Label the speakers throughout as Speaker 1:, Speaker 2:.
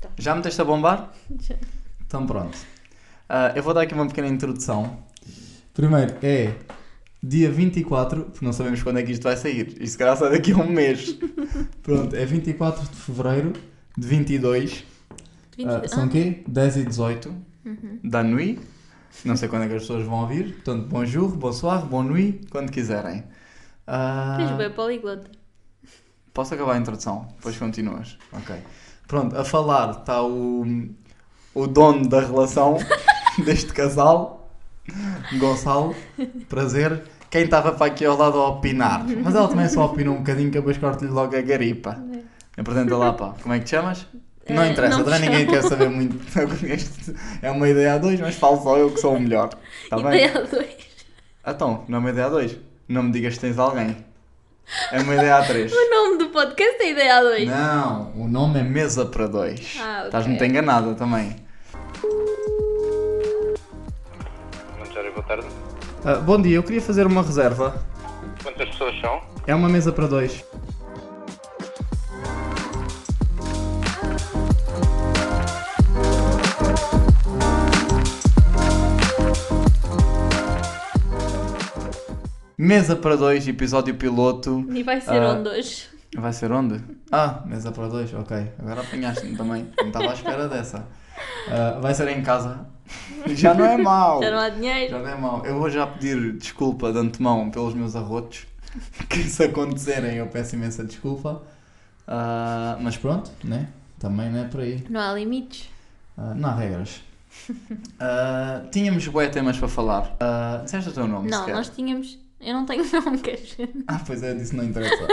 Speaker 1: Tá.
Speaker 2: Já me a bombar?
Speaker 1: Já.
Speaker 2: Então pronto. Ah, eu vou dar aqui uma pequena introdução. Primeiro é dia 24, porque não sabemos quando é que isto vai sair. Isto se calhar sai daqui a um mês. pronto, é 24 de fevereiro de 22. Ah, são o quê? 10 e 18 da nuit. Não sei quando é que as pessoas vão ouvir. Portanto, bonjour, bonsoir, bonne nuit, quando quiserem. Ah,
Speaker 1: Tens bem poliglota.
Speaker 2: Posso acabar a introdução? Depois continuas. Ok. Pronto, a falar está o, o dono da relação deste casal, Gonçalo. Prazer. Quem estava para aqui ao lado a opinar. Mas ela também só opina um bocadinho que eu depois corto-lhe logo a garipa. Apresenta lá, pá. Como é que te chamas?
Speaker 1: Eh,
Speaker 2: Não interessa,
Speaker 1: não me
Speaker 2: também ninguém
Speaker 1: chamo.
Speaker 2: quer saber muito. Este É uma ideia a dois, mas falo só eu que sou o melhor. Está Tá bem?
Speaker 1: Ideia 2.
Speaker 2: Então, não é uma ideia a dois. Não me digas que tens alguém. É uma ideia a três.
Speaker 1: O nome do podcast é Ideia 2.
Speaker 2: Não, o nome é Mesa para Dois.
Speaker 1: Ah, ok.
Speaker 2: Estás muito enganada também.
Speaker 3: Mandiário, boa tarde.
Speaker 2: Ah, bom dia, eu queria fazer uma reserva.
Speaker 3: Quantas pessoas são?
Speaker 2: É uma mesa para dois. Mesa para dois, episódio piloto.
Speaker 1: E vai ser um
Speaker 2: Ah.
Speaker 1: onde hoje?
Speaker 2: Vai ser onde? Ah, mesa para dois, ok. Agora apanhaste-me também. Não estava à espera dessa. Ah, vai ser em casa. Já não é mau.
Speaker 1: Já não há dinheiro?
Speaker 2: Já não é mau. Eu vou já pedir desculpa de antemão pelos meus arrotos. Que se acontecerem eu peço imensa desculpa. Ah, mas pronto, né? Também não é por aí.
Speaker 1: Não há limites.
Speaker 2: Ah, não há regras. Ah, tínhamos bué temas para falar. Ah, disseste o teu nome,
Speaker 1: Não,
Speaker 2: sequer?
Speaker 1: nós tínhamos. Eu não tenho nome, queres ver?
Speaker 2: Ah, pois é, disso não interessa.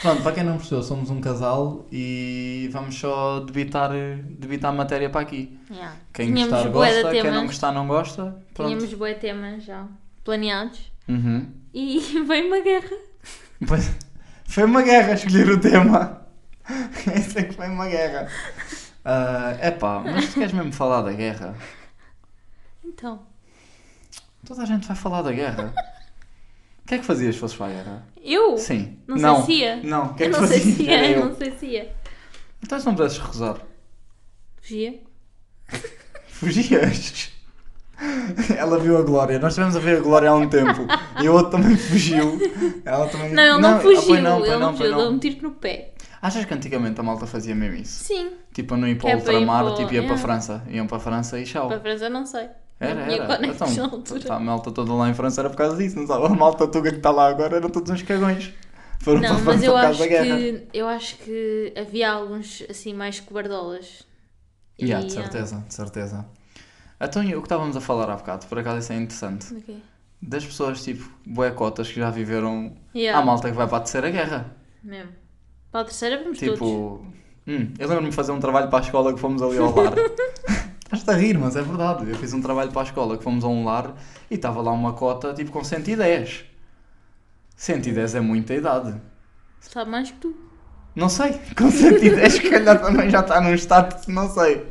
Speaker 2: Pronto, para quem não percebeu, somos um casal e vamos só debitar, debitar matéria para aqui.
Speaker 1: Yeah.
Speaker 2: Quem
Speaker 1: Tínhamos
Speaker 2: gostar
Speaker 1: bué de
Speaker 2: gosta, quem
Speaker 1: temas.
Speaker 2: não gostar não gosta. Pronto.
Speaker 1: Tínhamos boi temas já planeados.
Speaker 2: Uhum.
Speaker 1: E veio uma guerra.
Speaker 2: Pois, foi uma guerra escolher o tema. Isso é que foi uma guerra. É epá, mas tu queres mesmo falar da guerra?
Speaker 1: Então,
Speaker 2: Toda a gente vai falar da guerra. O que é que fazias se fosses para a guerra?
Speaker 1: eu?
Speaker 2: Sim.
Speaker 1: Não sei
Speaker 2: não.
Speaker 1: se ia.
Speaker 2: Não, o que é
Speaker 1: eu
Speaker 2: que
Speaker 1: não sei
Speaker 2: fazias?
Speaker 1: se
Speaker 2: Era
Speaker 1: ia, eu
Speaker 2: eu.
Speaker 1: não sei se ia.
Speaker 2: Então se não pudesses rezar,
Speaker 1: Fugia.
Speaker 2: Hum. fugias? Ela viu a Glória. Nós estivemos a ver a Glória há um tempo. E o outro também fugiu. Ela também...
Speaker 1: Não, ele não,
Speaker 2: ah, pois
Speaker 1: fugiu.
Speaker 2: não, pois
Speaker 1: ele não
Speaker 2: não, pois
Speaker 1: fugiu, deu
Speaker 2: não.
Speaker 1: um tiro no pé.
Speaker 2: Achas que antigamente a malta fazia mesmo isso?
Speaker 1: Sim.
Speaker 2: Tipo, não ir
Speaker 1: Que
Speaker 2: para
Speaker 1: é
Speaker 2: o
Speaker 1: para ir
Speaker 2: ultramar,
Speaker 1: para o-
Speaker 2: tipo, ia para a
Speaker 1: é.
Speaker 2: França. Iam para a França e tchau.
Speaker 1: Para a França não sei.
Speaker 2: Oh. Era,
Speaker 1: não tinha
Speaker 2: era.
Speaker 1: conexão
Speaker 2: Então,
Speaker 1: na altura.
Speaker 2: tá, a malta toda lá em França era por causa disso, não sabe? A malta tuga que está lá agora eram todos uns cagões. Foram para
Speaker 1: Não,
Speaker 2: a
Speaker 1: mas
Speaker 2: França
Speaker 1: eu
Speaker 2: por causa
Speaker 1: acho
Speaker 2: da guerra.
Speaker 1: que eu acho que havia alguns assim mais cobardolas. E,
Speaker 2: Yeah, de
Speaker 1: ah,
Speaker 2: certeza, de certeza. Então, e o que estávamos a falar há bocado, por acaso isso é interessante.
Speaker 1: ok.
Speaker 2: Das pessoas, tipo, boicotas que já viveram...
Speaker 1: Yeah,
Speaker 2: Há malta que vai para a terceira guerra.
Speaker 1: mesmo. Para a terceira vamos todos.
Speaker 2: Tipo... hum, eu lembro-me de fazer um trabalho para a escola que fomos ali ao lar. Estás-te a rir, mas é verdade. Eu fiz um trabalho para a escola que fomos a um lar e estava lá uma cota, tipo, com 110. 110 é muita idade.
Speaker 1: Sabe mais que tu.
Speaker 2: Não sei, com 110 se calhar também já está num estado que não sei.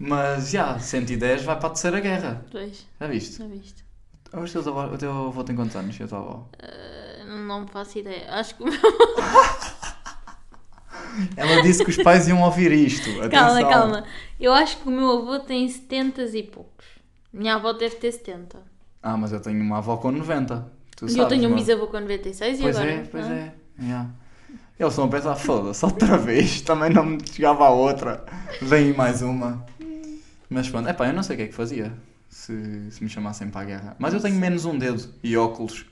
Speaker 2: Mas já, 110 vai para a terceira guerra.
Speaker 1: Pois,
Speaker 2: Já viste?
Speaker 1: já viste.
Speaker 2: Os teus avós, o teu avô tem quantos anos? E a tua avó?
Speaker 1: Ah, Não, não me faço ideia. Acho que o meu.
Speaker 2: Ela disse que os pais iam ouvir isto.
Speaker 1: calma,
Speaker 2: Atenção.
Speaker 1: calma. Eu acho que o meu avô tem 70 e poucos. Minha avó deve ter 70.
Speaker 2: Ah, mas eu tenho uma avó com 90. Tu
Speaker 1: E
Speaker 2: sabes,
Speaker 1: eu tenho um
Speaker 2: não é?
Speaker 1: bisavô com 96
Speaker 2: Pois
Speaker 1: e agora.
Speaker 2: é, pois
Speaker 1: ah?
Speaker 2: é. Yeah. Eles estão a pensar, foda-se, outra vez. Também não me chegava a outra. Vem aí mais uma. Mas pronto, epá, eu não sei o que é que fazia se, se me chamassem para a guerra. Mas eu tenho menos um dedo e óculos.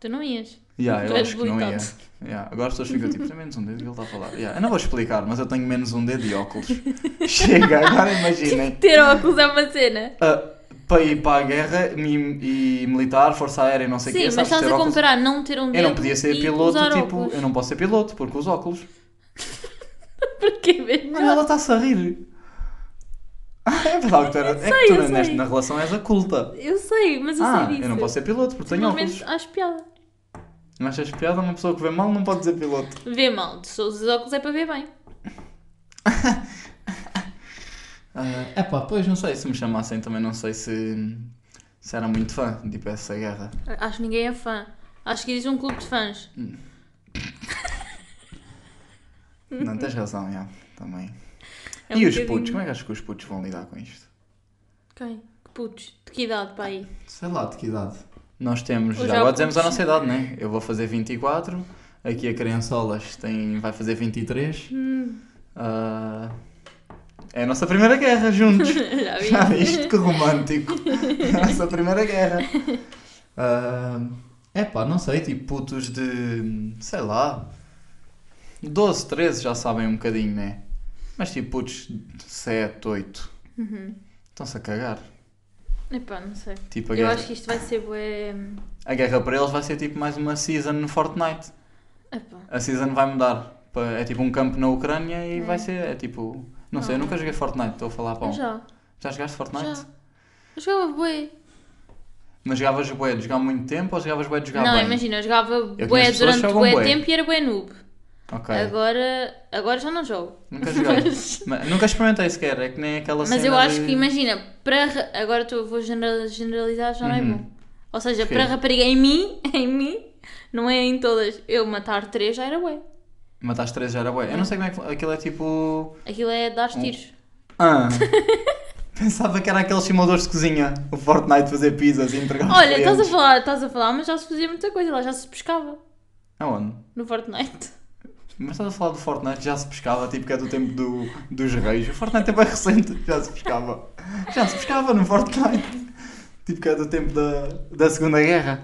Speaker 1: Tu não ias.
Speaker 2: Yeah,
Speaker 1: Tu
Speaker 2: eu
Speaker 1: és
Speaker 2: acho que não ia.
Speaker 1: habilitado.
Speaker 2: Yeah, Agora as pessoas ficam tipo, tem menos um dedo e ele está a falar. Yeah, Eu não vou explicar, mas eu tenho menos um dedo e óculos. Chega, agora imaginem.
Speaker 1: Ter óculos é uma cena.
Speaker 2: Ah, para ir para a guerra mi- e militar, força aérea e não sei o
Speaker 1: Sim,
Speaker 2: quê,
Speaker 1: mas
Speaker 2: sabes,
Speaker 1: estás
Speaker 2: ter
Speaker 1: a
Speaker 2: óculos.
Speaker 1: comparar não ter um dedo.
Speaker 2: Eu não podia ser
Speaker 1: e
Speaker 2: piloto,
Speaker 1: usar
Speaker 2: tipo,
Speaker 1: óculos.
Speaker 2: eu não posso ser piloto, porque os óculos.
Speaker 1: Porquê
Speaker 2: Olha,
Speaker 1: mesmo?
Speaker 2: ela está-se a rir. Ah, é verdade que tu, era, é que
Speaker 1: sei,
Speaker 2: tu
Speaker 1: eu
Speaker 2: na- neste-
Speaker 1: sei.
Speaker 2: na relação és a culta.
Speaker 1: Eu sei, mas eu
Speaker 2: ah,
Speaker 1: sei disso.
Speaker 2: eu não posso ser piloto porque tenho
Speaker 1: Simplesmente
Speaker 2: óculos.
Speaker 1: acho piada.
Speaker 2: Não achas piada uma pessoa que vê mal não pode ser piloto?
Speaker 1: Vê mal, se usas óculos é para ver bem.
Speaker 2: É epá, pois não sei, se me chamassem também não sei se, se era muito fã, tipo, essa guerra.
Speaker 1: Acho que ninguém é fã. Acho que existe um clube de fãs.
Speaker 2: Não tens razão, já, também.
Speaker 1: É um
Speaker 2: e os
Speaker 1: bocadinho-
Speaker 2: putos? Como é que achas que os putos vão lidar com isto?
Speaker 1: Quem? Que putos? De que idade para aí?
Speaker 2: Sei lá, de que idade? Nós temos,
Speaker 1: Ou
Speaker 2: já,
Speaker 1: já
Speaker 2: agora
Speaker 1: putos.
Speaker 2: dizemos a nossa idade, né? Eu vou fazer 24, aqui a Criançolas tem, vai fazer 23.
Speaker 1: Hum.
Speaker 2: Ah, é a nossa primeira guerra juntos.
Speaker 1: Já vi.
Speaker 2: Já viste que romântico? É A nossa primeira guerra. é pá, não sei, tipo putos de. sei lá. 12, 13 já sabem um bocadinho, né? Mas tipo putos de 7, 8. Estão-se a cagar.
Speaker 1: Uhum. Epá, não sei.
Speaker 2: Tipo, a
Speaker 1: Eu
Speaker 2: guerra,
Speaker 1: acho que isto vai ser bué... hum,
Speaker 2: a guerra para eles vai ser tipo mais uma season no Fortnite.
Speaker 1: Epá.
Speaker 2: A season vai mudar. Pa- É tipo um campo na Ucrânia e vai ser. É tipo. Não sei, eu
Speaker 1: Não.
Speaker 2: nunca joguei Fortnite, estou a falar pão. Já,
Speaker 1: Hum. Já,
Speaker 2: jogaste Fortnite?
Speaker 1: já. Eu jogava bué.
Speaker 2: Mas jogavas bué de jogar muito tempo ou jogavas bué de jogar
Speaker 1: não,
Speaker 2: bem?
Speaker 1: imagina, eu jogava
Speaker 2: conheço
Speaker 1: bué
Speaker 2: pessoas que
Speaker 1: durante
Speaker 2: jogam
Speaker 1: bué,
Speaker 2: bué.
Speaker 1: tempo e era bué noob.
Speaker 2: Ok.
Speaker 1: Agora, agora já não jogo.
Speaker 2: Nunca joguei.
Speaker 1: Mas-
Speaker 2: Mas nunca experimentei sequer, é que nem aquela
Speaker 1: Mas
Speaker 2: cena
Speaker 1: eu acho
Speaker 2: de-
Speaker 1: que, imagina, para ra- agora estou- vou genera- generalizar, já não é
Speaker 2: Uhum.
Speaker 1: bom. Ou seja,
Speaker 2: Porquê?
Speaker 1: para rapariga em mim, em mim, não é em todas. Eu matar três já era bué.
Speaker 2: Mataste três já era bué. Eu
Speaker 1: Hum.
Speaker 2: não sei como é que... Aquilo é tipo...
Speaker 1: Aquilo é dar os tiros.
Speaker 2: Ah. Pensava que era aqueles simuladores de cozinha. O Fortnite fazer pizzas e entregar aos
Speaker 1: Olha, estás a
Speaker 2: clientes.
Speaker 1: falar, estás a falar, mas já se fazia muita coisa, lá já se pescava
Speaker 2: Aonde?
Speaker 1: no Fortnite.
Speaker 2: Mas estás a falar do Fortnite, já se pescava, tipo que é do tempo do, dos reis. O Fortnite é bem recente, já se pescava. Já se pescava no Fortnite. Tipo que é do tempo da, da Segunda Guerra.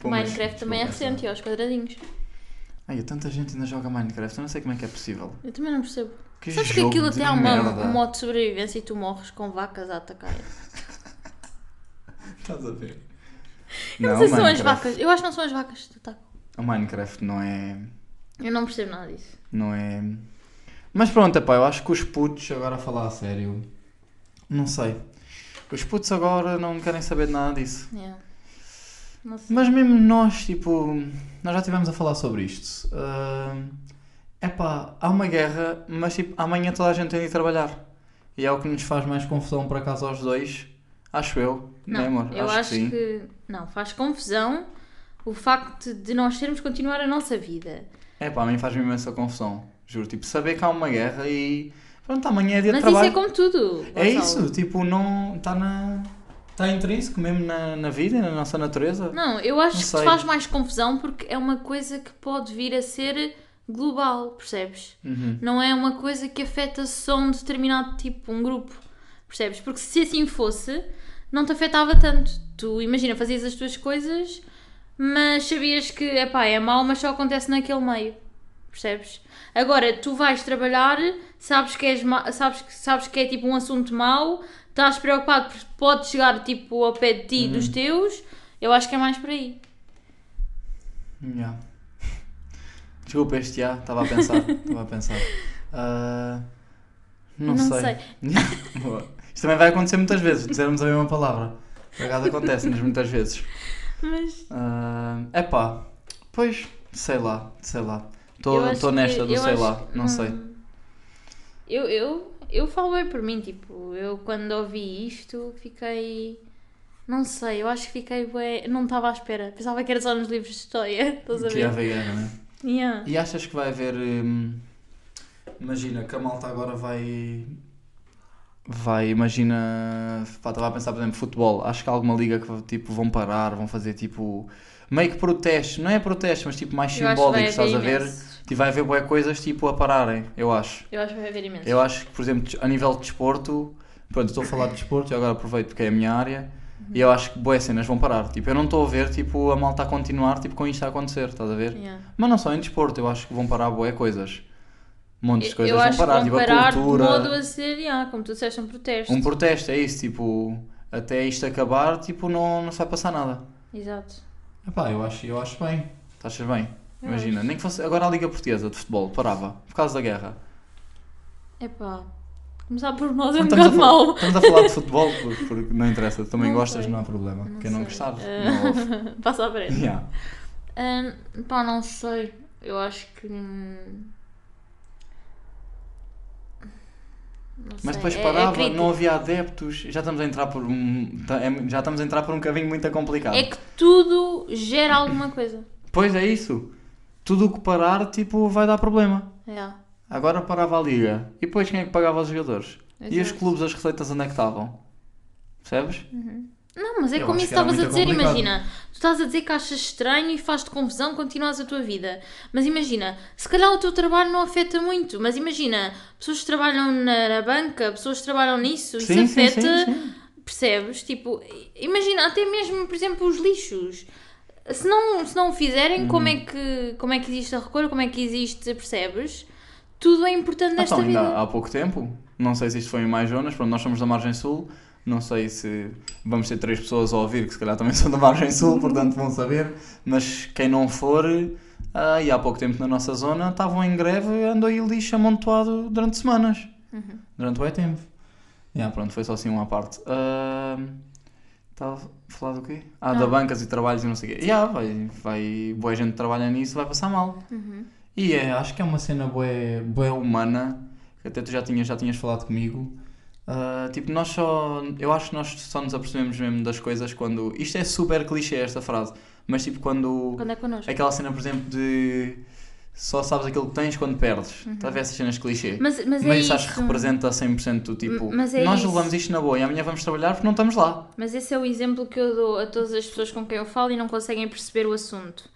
Speaker 2: Pô, mas-
Speaker 1: Minecraft também é
Speaker 2: desculpa,
Speaker 1: recente, e aos quadradinhos.
Speaker 2: Ai, tanta gente ainda joga Minecraft, eu não sei como é que é possível.
Speaker 1: Eu também não percebo.
Speaker 2: Que
Speaker 1: Sabes que
Speaker 2: jogo
Speaker 1: aquilo
Speaker 2: de
Speaker 1: até há uma,
Speaker 2: merda.
Speaker 1: um modo de sobrevivência e tu morres com vacas a atacar.
Speaker 2: Estás a ver?
Speaker 1: Eu não, sei se são as vacas. Eu acho que não são as vacas que te atacam.
Speaker 2: O Minecraft não é.
Speaker 1: Eu não percebo nada disso.
Speaker 2: Não é. Mas pronto, epá, eu acho que os putos, agora a falar a sério, não sei. Os putos agora não querem saber de nada disso.
Speaker 1: É. Não sei.
Speaker 2: Mas mesmo nós, tipo, nós já estivemos a falar sobre isto. É epá, há uma guerra, mas tipo, amanhã toda a gente tem de ir trabalhar. E é o que nos faz mais confusão para casa aos dois, acho eu.
Speaker 1: Não,
Speaker 2: né, amor?
Speaker 1: eu acho, que, não, faz confusão o facto de nós termos que continuar a nossa vida.
Speaker 2: É pá, a mim faz-me imensa confusão. Juro, tipo, saber que há uma guerra e. Pronto, amanhã é dia
Speaker 1: Mas
Speaker 2: de trabalho.
Speaker 1: isso é como tudo.
Speaker 2: É
Speaker 1: Gonçalo.
Speaker 2: isso, tipo, não. Está na. Está intrínseco mesmo na, na vida, e na nossa natureza.
Speaker 1: Não, eu acho
Speaker 2: Não
Speaker 1: que
Speaker 2: sei.
Speaker 1: te faz mais confusão porque é uma coisa que pode vir a ser global, percebes?
Speaker 2: Uhum.
Speaker 1: Não é uma coisa que afeta só um determinado tipo, um grupo, percebes? Porque se assim fosse, não te afetava tanto. Tu, imagina, fazias as tuas coisas, mas sabias que, epá, é mau, mas só acontece naquele meio, percebes? Agora, tu vais trabalhar, sabes que, és ma- sabes, que- sabes que é tipo um assunto mau, estás preocupado porque pode chegar tipo ao pé de ti e
Speaker 2: Uhum.
Speaker 1: dos teus, eu acho que é mais por aí.
Speaker 2: Yeah. Desculpa, este já, estava a pensar. Estava a pensar. Ah, não,
Speaker 1: Não
Speaker 2: sei.
Speaker 1: sei.
Speaker 2: Boa. Isto também vai acontecer muitas vezes, dizermos a mesma palavra. Por acaso acontece-nos muitas vezes.
Speaker 1: Mas
Speaker 2: É epá, pois, sei lá, sei lá.
Speaker 1: eu acho
Speaker 2: Estou
Speaker 1: que-
Speaker 2: nesta do
Speaker 1: eu
Speaker 2: sei
Speaker 1: acho
Speaker 2: lá,
Speaker 1: que-
Speaker 2: não sei.
Speaker 1: hum, Eu, eu, eu falo bem por mim, tipo, eu quando ouvi isto fiquei. Não sei, eu acho que fiquei bem. Não estava à espera. Pensava que era só nos livros de história, estás a
Speaker 2: Que ia
Speaker 1: ver?
Speaker 2: haver guerra, né?
Speaker 1: Yeah.
Speaker 2: E achas que vai haver. hum, imagina que a malta agora vai. Vai, imagina. Pá, estava a pensar, por exemplo, futebol. Acho que há alguma liga que tipo, vão parar, vão fazer tipo. Meio que protesto, não é protesto, mas tipo mais
Speaker 1: Eu acho que
Speaker 2: simbólico,
Speaker 1: vai
Speaker 2: estás a
Speaker 1: haver
Speaker 2: ver?
Speaker 1: imensos.
Speaker 2: E vai haver boé coisas tipo a pararem, eu acho.
Speaker 1: Eu acho que vai haver imenso.
Speaker 2: Eu acho que, por exemplo, a nível de desporto, pronto, estou a falar de desporto e agora aproveito porque é a minha área. E eu acho que boas cenas vão parar. Tipo, eu não estou a ver tipo, a malta a continuar tipo, com isto a acontecer, estás a ver?
Speaker 1: Yeah.
Speaker 2: Mas não só em desporto, eu acho que vão parar boé coisas. Montes de
Speaker 1: Eu-
Speaker 2: coisas
Speaker 1: eu
Speaker 2: vão
Speaker 1: acho
Speaker 2: parar,
Speaker 1: que
Speaker 2: tipo
Speaker 1: vão
Speaker 2: a
Speaker 1: parar de modo
Speaker 2: cultura.
Speaker 1: a ser, yeah, como tu disseste, um protesto.
Speaker 2: Um protesto, é isso, tipo, até isto acabar, tipo, não, não se vai passar nada.
Speaker 1: Exato.
Speaker 2: Epá, eu acho, eu acho bem. Estás bem?
Speaker 1: Eu
Speaker 2: Imagina, nem que fosse agora a Liga Portuguesa de Futebol parava, por causa da guerra.
Speaker 1: Epá, começar por nós é um
Speaker 2: Não estamos, a
Speaker 1: bocado
Speaker 2: falar,
Speaker 1: mau.
Speaker 2: estamos a falar de futebol porque, porque não interessa, tu também
Speaker 1: Não
Speaker 2: gostas,
Speaker 1: sei.
Speaker 2: não há problema.
Speaker 1: Não
Speaker 2: Quem não
Speaker 1: sei.
Speaker 2: gostar,
Speaker 1: Eh,
Speaker 2: não ouve.
Speaker 1: Passa à frente.
Speaker 2: Yeah.
Speaker 1: Ahn, pá, não sei. Eu acho que. hum, Não
Speaker 2: Mas
Speaker 1: sei.
Speaker 2: depois
Speaker 1: É- é
Speaker 2: parava,
Speaker 1: crítico.
Speaker 2: não havia adeptos, já estamos a entrar por um. tá- é- Já estamos a entrar por um caminho muito complicado.
Speaker 1: É que tudo gera alguma coisa.
Speaker 2: Pois é isso. Tudo o que parar, tipo, vai dar problema.
Speaker 1: Yeah.
Speaker 2: Agora parava a liga. E depois quem é que pagava os jogadores? E os
Speaker 1: Exato.
Speaker 2: clubes, as receitas, onde é que estavam? Percebes?
Speaker 1: Não, mas é
Speaker 2: Eu
Speaker 1: como
Speaker 2: acho que
Speaker 1: isso
Speaker 2: era
Speaker 1: estavas a
Speaker 2: muito
Speaker 1: dizer,
Speaker 2: complicado.
Speaker 1: imagina. Tu estás a dizer que achas estranho e faz-te confusão, continuas a tua vida. Mas imagina, se calhar o teu trabalho não afeta muito, mas imagina, pessoas que trabalham na, na banca, pessoas que trabalham nisso, isso
Speaker 2: Sim, sim,
Speaker 1: afeta.
Speaker 2: sim, sim.
Speaker 1: Percebes? Tipo, imagina, até mesmo, por exemplo, os lixos. Se não, se não o fizerem,
Speaker 2: Uhum.
Speaker 1: como, é que, como é que existe a recolha? Como é que existe, percebes? Tudo é importante nesta
Speaker 2: Então, ainda
Speaker 1: vida.
Speaker 2: há pouco tempo, não sei se isto foi em mais zonas, pronto, nós somos da Margem Sul, não sei se vamos ter três pessoas a ouvir que se calhar também são da Margem Sul, portanto vão saber, mas quem não for, ah, e há pouco tempo na nossa zona estavam em greve e andou aí lixo amontoado durante semanas,
Speaker 1: Uhum.
Speaker 2: durante bem tempo. Yeah, pronto, foi só assim uma parte. Ah, Estava a falar do quê? Ah, da
Speaker 1: Ah.
Speaker 2: bancas e trabalhos e não sei o quê. Yeah, vai, vai, boa gente trabalha nisso, vai passar mal.
Speaker 1: Uhum.
Speaker 2: E é, acho que é uma cena bué, bué humana, que até tu já tinhas, já tinhas falado comigo. Ah, tipo, nós só. Eu acho que nós só nos apercebemos mesmo das coisas quando. Isto é super clichê esta frase, mas tipo, quando.
Speaker 1: Quando é connosco.
Speaker 2: Aquela cena, por exemplo, de. Só sabes aquilo que tens quando perdes. Estás a ver essas cenas clichê.
Speaker 1: Mas, Uhum. mas, é
Speaker 2: Mas isso
Speaker 1: isso.
Speaker 2: acho que representa 100% do tipo.
Speaker 1: M- mas é
Speaker 2: nós
Speaker 1: isso.
Speaker 2: levamos isto na boa e amanhã vamos trabalhar porque não estamos lá.
Speaker 1: Mas esse é o exemplo que eu dou a todas as pessoas com quem eu falo e não conseguem perceber o assunto.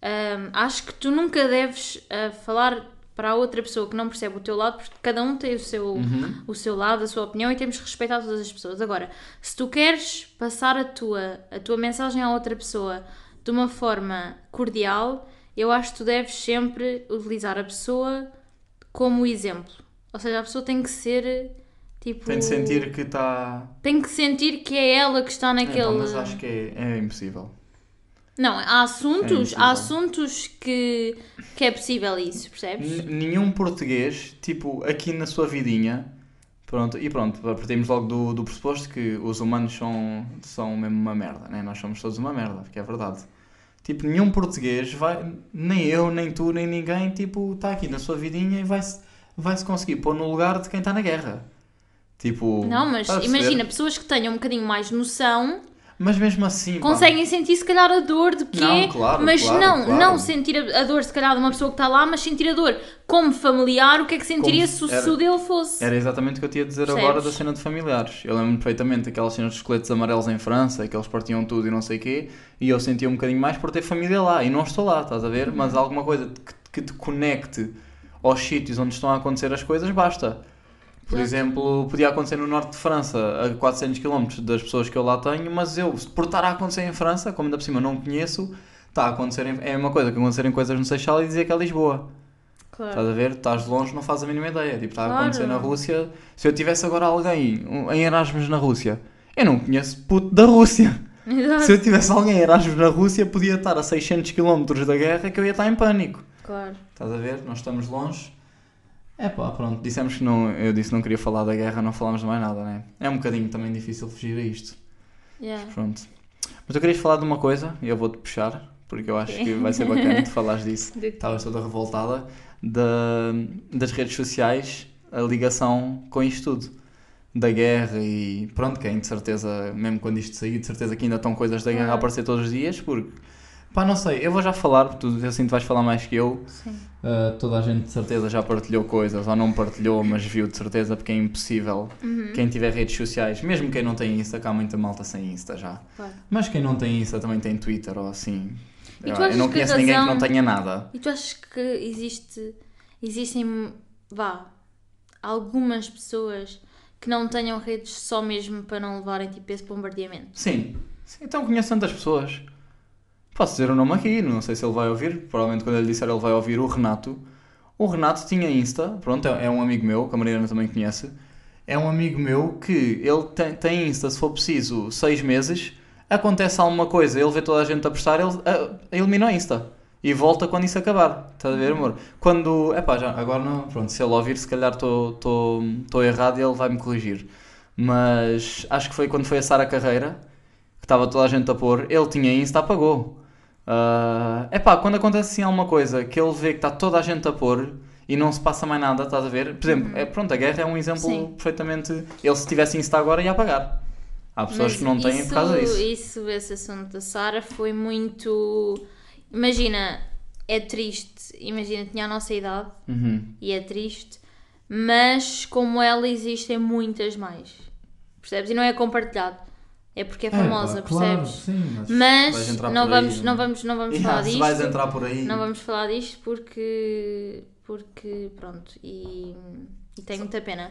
Speaker 1: Ahm, acho que tu nunca deves ah, falar para a outra pessoa que não percebe o teu lado, porque cada um tem o seu,
Speaker 2: Uhum.
Speaker 1: o seu lado, a sua opinião e temos que respeitar todas as pessoas. Agora, se tu queres passar a tua, a tua mensagem à outra pessoa de uma forma cordial, eu acho que tu deves sempre utilizar a pessoa como exemplo. Ou seja, a pessoa tem que ser tipo.
Speaker 2: Tem de sentir que está.
Speaker 1: Tem que sentir que é ela que está naquele.
Speaker 2: Então, mas acho que é, é impossível.
Speaker 1: Não, há assuntos,
Speaker 2: É impossível.
Speaker 1: há assuntos que, que é possível isso, percebes?
Speaker 2: N- Nenhum português, tipo, aqui na sua vidinha, pronto, e pronto, partimos logo do, do pressuposto que os humanos são, são mesmo uma merda, né? Nós somos todos uma merda, porque é verdade. Tipo, nenhum português vai, nem eu, nem tu, nem ninguém, tipo, está aqui na sua vidinha e vai-se vai -se conseguir pôr no lugar de quem está na guerra. Tipo,
Speaker 1: Não, mas
Speaker 2: estás a perceber?
Speaker 1: imagina, pessoas que tenham um bocadinho mais noção
Speaker 2: Mas mesmo assim, pá,
Speaker 1: conseguem sentir se calhar a dor de que
Speaker 2: Não,
Speaker 1: é,
Speaker 2: claro,
Speaker 1: mas
Speaker 2: claro,
Speaker 1: não,
Speaker 2: claro.
Speaker 1: não sentir a, a dor se calhar de uma pessoa que está lá, mas sentir a dor como familiar, o que é que sentiria
Speaker 2: Como
Speaker 1: se o
Speaker 2: era-
Speaker 1: se o dele fosse?
Speaker 2: Era exatamente o que eu tinha a dizer
Speaker 1: Percebes?
Speaker 2: agora da cena de familiares. Eu lembro perfeitamente aquelas cenas dos coletes amarelos em França, que eles partiam tudo e não sei o quê, e eu sentia um bocadinho mais por ter família lá, e não estou lá, estás a ver?
Speaker 1: Uhum.
Speaker 2: Mas alguma coisa que, que te conecte aos sítios onde estão a acontecer as coisas, basta. Por
Speaker 1: Exato.
Speaker 2: exemplo, podia acontecer no norte de França, a 400 km das pessoas que eu lá tenho, mas eu, se por estar a acontecer em França, como ainda por cima não conheço, está a acontecer, em- é a mesma coisa que acontecerem coisas no Seixal e dizer que é Lisboa. Estás
Speaker 1: Claro.
Speaker 2: a ver? Estás de longe, não fazes a mínima ideia. Tipo, está a
Speaker 1: Claro.
Speaker 2: acontecer na Rússia. Se eu tivesse agora alguém um, em Erasmus na Rússia, eu não conheço puto da Rússia. Se eu
Speaker 1: Exato.
Speaker 2: tivesse alguém em Erasmus na Rússia, podia estar a 600 km da guerra que eu ia estar em pânico.
Speaker 1: Claro.
Speaker 2: Estás a ver? Nós estamos longe. É pá, pronto. Dissemos que não, eu disse que não queria falar da guerra, não falámos de mais nada, né? É um bocadinho também difícil fugir a isto.
Speaker 1: Yeah.
Speaker 2: Pronto. Mas tu querias falar de uma coisa e eu vou-te puxar, porque eu acho que vai ser bacana tu falares disso
Speaker 1: De-
Speaker 2: estavas toda revoltada da, das redes sociais, a ligação com isto tudo. Da guerra e pronto, quem de certeza, mesmo quando isto sair, de certeza que ainda estão coisas da guerra a
Speaker 1: Claro.
Speaker 2: aparecer todos os dias, porque pá, não sei, eu vou já falar, porque tu assim tu vais falar mais que eu.
Speaker 1: Sim.
Speaker 2: Ah, toda a gente de certeza já partilhou coisas, ou não partilhou, mas viu de certeza, porque é impossível. Quem tiver redes sociais, mesmo quem não tem Insta, que há muita malta sem Insta já.
Speaker 1: Claro.
Speaker 2: Mas quem não tem Insta também tem Twitter ou assim.
Speaker 1: E tu
Speaker 2: Eu, eu
Speaker 1: achas
Speaker 2: não
Speaker 1: que a
Speaker 2: conheço ninguém que
Speaker 1: razão-
Speaker 2: não tenha nada.
Speaker 1: E tu achas que existe, existem, vá, algumas pessoas que não tenham redes só mesmo para não levarem tipo esse bombardeamento?
Speaker 2: Sim. Sim, Então conheço tantas pessoas. Posso dizer o nome aqui, não sei se ele vai ouvir. Provavelmente quando ele disser ele vai ouvir o Renato. O Renato tinha Insta, pronto, é é um amigo meu, que a Mariana também conhece. É um amigo meu que ele tem, tem Insta, se for preciso, seis meses. Acontece alguma coisa, ele vê toda a gente a postar, ele ah, elimina o Insta. E volta quando isso acabar. Estás a ver, amor? Quando. Epá, já, agora não. Pronto, se ele ouvir, se calhar estou errado e ele vai me corrigir. Mas acho que foi quando foi a Sara Carreira que estava toda a gente a pôr, ele tinha Insta, apagou. É epá, quando acontece assim alguma coisa que ele vê que está toda a gente a pôr e não se passa mais nada, estás a ver? Por exemplo, é, pronto, a guerra é um exemplo
Speaker 1: Uhum. Sim.
Speaker 2: perfeitamente. Ele se tivesse Insta agora ia apagar. Há pessoas
Speaker 1: Mas
Speaker 2: que não têm
Speaker 1: isso-
Speaker 2: por causa disso.
Speaker 1: Isso, esse assunto da Sara foi muito. Imagina, é triste, imagina, tinha a nossa idade
Speaker 2: Uhum.
Speaker 1: e é triste, mas como ela existem muitas mais, percebes? E não é compartilhado, é porque é
Speaker 2: É, pá,
Speaker 1: famosa,
Speaker 2: claro,
Speaker 1: percebes?
Speaker 2: sim, mas, vais
Speaker 1: Mas
Speaker 2: entrar
Speaker 1: não
Speaker 2: por aí,
Speaker 1: vamos, não vamos, não vamos
Speaker 2: Yeah,
Speaker 1: falar
Speaker 2: ah, se
Speaker 1: disto.
Speaker 2: vais entrar por aí.
Speaker 1: Não vamos falar disto porque. Porque. Pronto. E. E tenho muita pena.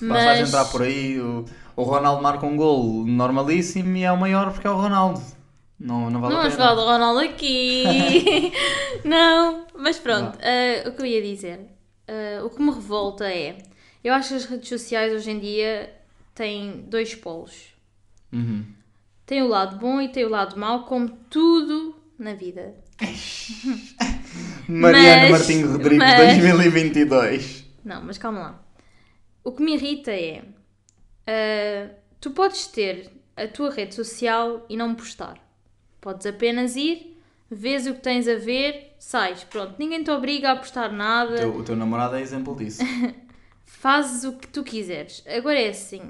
Speaker 2: Mas... Vais
Speaker 1: Mas.
Speaker 2: entrar por aí, o, o Ronaldo marca um gol normalíssimo e é o maior porque é o Ronaldo. Não, não vale
Speaker 1: Não
Speaker 2: a
Speaker 1: vamos
Speaker 2: pena.
Speaker 1: falar do Ronaldo aqui! não! Mas pronto,
Speaker 2: Não.
Speaker 1: eh, o que eu ia dizer. eh, o que me revolta é. Eu acho que as redes sociais hoje em dia têm dois polos.
Speaker 2: Uhum.
Speaker 1: Tem o lado bom e tem o lado mau, como tudo na vida.
Speaker 2: Mariano
Speaker 1: Mas-
Speaker 2: Martins Rodrigues,
Speaker 1: mas-
Speaker 2: 2022.
Speaker 1: Não, mas calma lá. O que me irrita é. ah, tu podes ter a tua rede social e não postar. Podes apenas ir, vês o que tens a ver, sais. Pronto, ninguém te obriga a postar
Speaker 2: O
Speaker 1: nada,
Speaker 2: teu- o teu namorado é exemplo disso.
Speaker 1: fazes o que tu quiseres. Agora é assim.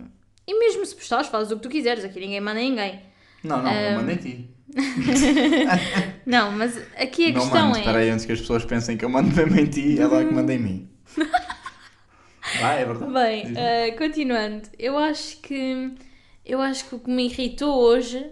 Speaker 1: E mesmo se postares, fazes o que tu quiseres, aqui ninguém manda ninguém.
Speaker 2: Não, não, eu mando em ti.
Speaker 1: Não, mas aqui Hum, a
Speaker 2: não
Speaker 1: questão
Speaker 2: mando,
Speaker 1: é.
Speaker 2: espera aí, antes que as pessoas pensem que eu mando mesmo em ti, ela é que manda em mim. Vai, é verdade.
Speaker 1: Bem,
Speaker 2: Diz-me.
Speaker 1: eh, continuando, eu acho que eu acho que o que me irritou hoje,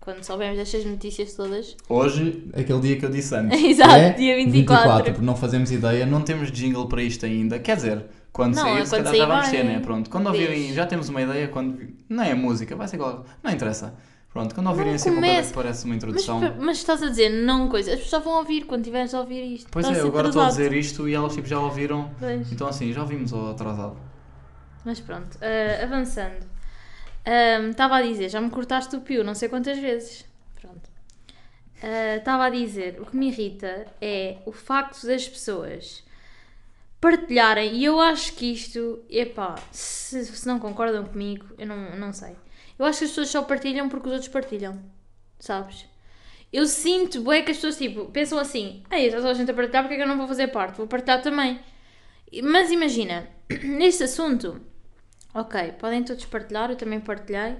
Speaker 1: quando soubemos destas notícias todas,
Speaker 2: Hoje, aquele dia que eu disse antes.
Speaker 1: Exato,
Speaker 2: é
Speaker 1: dia 24.
Speaker 2: porque não fazemos ideia, não temos jingle para isto ainda. Quer dizer, quando
Speaker 1: Não,
Speaker 2: sair,
Speaker 1: é
Speaker 2: se
Speaker 1: quando
Speaker 2: calhar
Speaker 1: sair
Speaker 2: já vamos
Speaker 1: vai.
Speaker 2: ter, né? Pronto, quando
Speaker 1: Diz.
Speaker 2: ouvirem, já temos uma ideia. quando Não é música, vai ser igual. Não interessa. Pronto, quando ouvirem
Speaker 1: Não
Speaker 2: assim uma coisa
Speaker 1: comece.
Speaker 2: que parece uma
Speaker 1: mas,
Speaker 2: introdução.
Speaker 1: mas estás a dizer não coisa, as pessoas já vão ouvir quando tiveres a ouvir isto.
Speaker 2: Pois
Speaker 1: Está
Speaker 2: é,
Speaker 1: sempre
Speaker 2: agora
Speaker 1: do
Speaker 2: estou a
Speaker 1: lado.
Speaker 2: dizer isto e elas tipo, já ouviram.
Speaker 1: Pois.
Speaker 2: Então assim, já ouvimos o atrasado.
Speaker 1: Mas pronto, eh, avançando. Ahm, Estava a dizer, já me cortaste o pio não sei quantas vezes. Pronto. Ah, Estava a dizer, o que me irrita é o facto das pessoas partilharem, e eu acho que isto, epá, se, se não concordam comigo, eu não, não sei. Eu acho que as pessoas só partilham porque os outros partilham, sabes? Eu sinto bem que as pessoas tipo, pensam assim, ei, está toda a gente a partilhar, porque é que eu não vou fazer parte? Vou partilhar também. Mas imagina, neste assunto, ok, podem todos partilhar, eu também partilhei,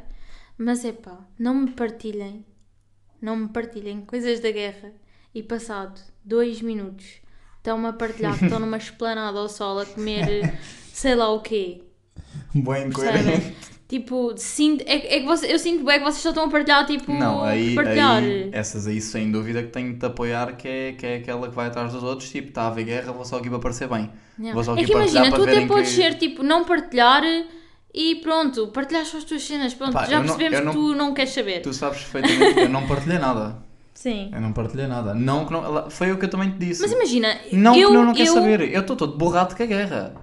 Speaker 1: mas é pá, não me partilhem, não me partilhem coisas da guerra e passado dois minutos estão-me a partilhar que estão numa esplanada ao sol a comer eh, sei lá o quê.
Speaker 2: Bem
Speaker 1: Percebem? Tipo, sinto, é, é que você- eu sinto bem que vocês só estão a partilhar, tipo,
Speaker 2: Não, aí,
Speaker 1: partilhar.
Speaker 2: aí essas aí sem dúvida que tenho de te apoiar, que é, que é aquela que vai atrás dos outros, tipo, está a haver guerra, vou só aqui para parecer bem.
Speaker 1: Não.
Speaker 2: Vou só
Speaker 1: É
Speaker 2: aqui
Speaker 1: que
Speaker 2: partilhar
Speaker 1: imagina,
Speaker 2: para
Speaker 1: tu até
Speaker 2: verem
Speaker 1: podes
Speaker 2: que-
Speaker 1: ser tipo não partilhar e pronto, partilhar só as tuas cenas, pronto,
Speaker 2: Pá,
Speaker 1: já
Speaker 2: eu não-
Speaker 1: percebemos
Speaker 2: eu
Speaker 1: que
Speaker 2: não-
Speaker 1: tu não queres saber.
Speaker 2: Tu sabes perfeitamente que eu não partilhei nada.
Speaker 1: Sim.
Speaker 2: Eu não partilhei nada. Não, que não ela- foi o que eu também te disse.
Speaker 1: Mas imagina,
Speaker 2: não
Speaker 1: eu,
Speaker 2: que não, não quer
Speaker 1: eu...
Speaker 2: saber. Eu estou todo borrado com a guerra.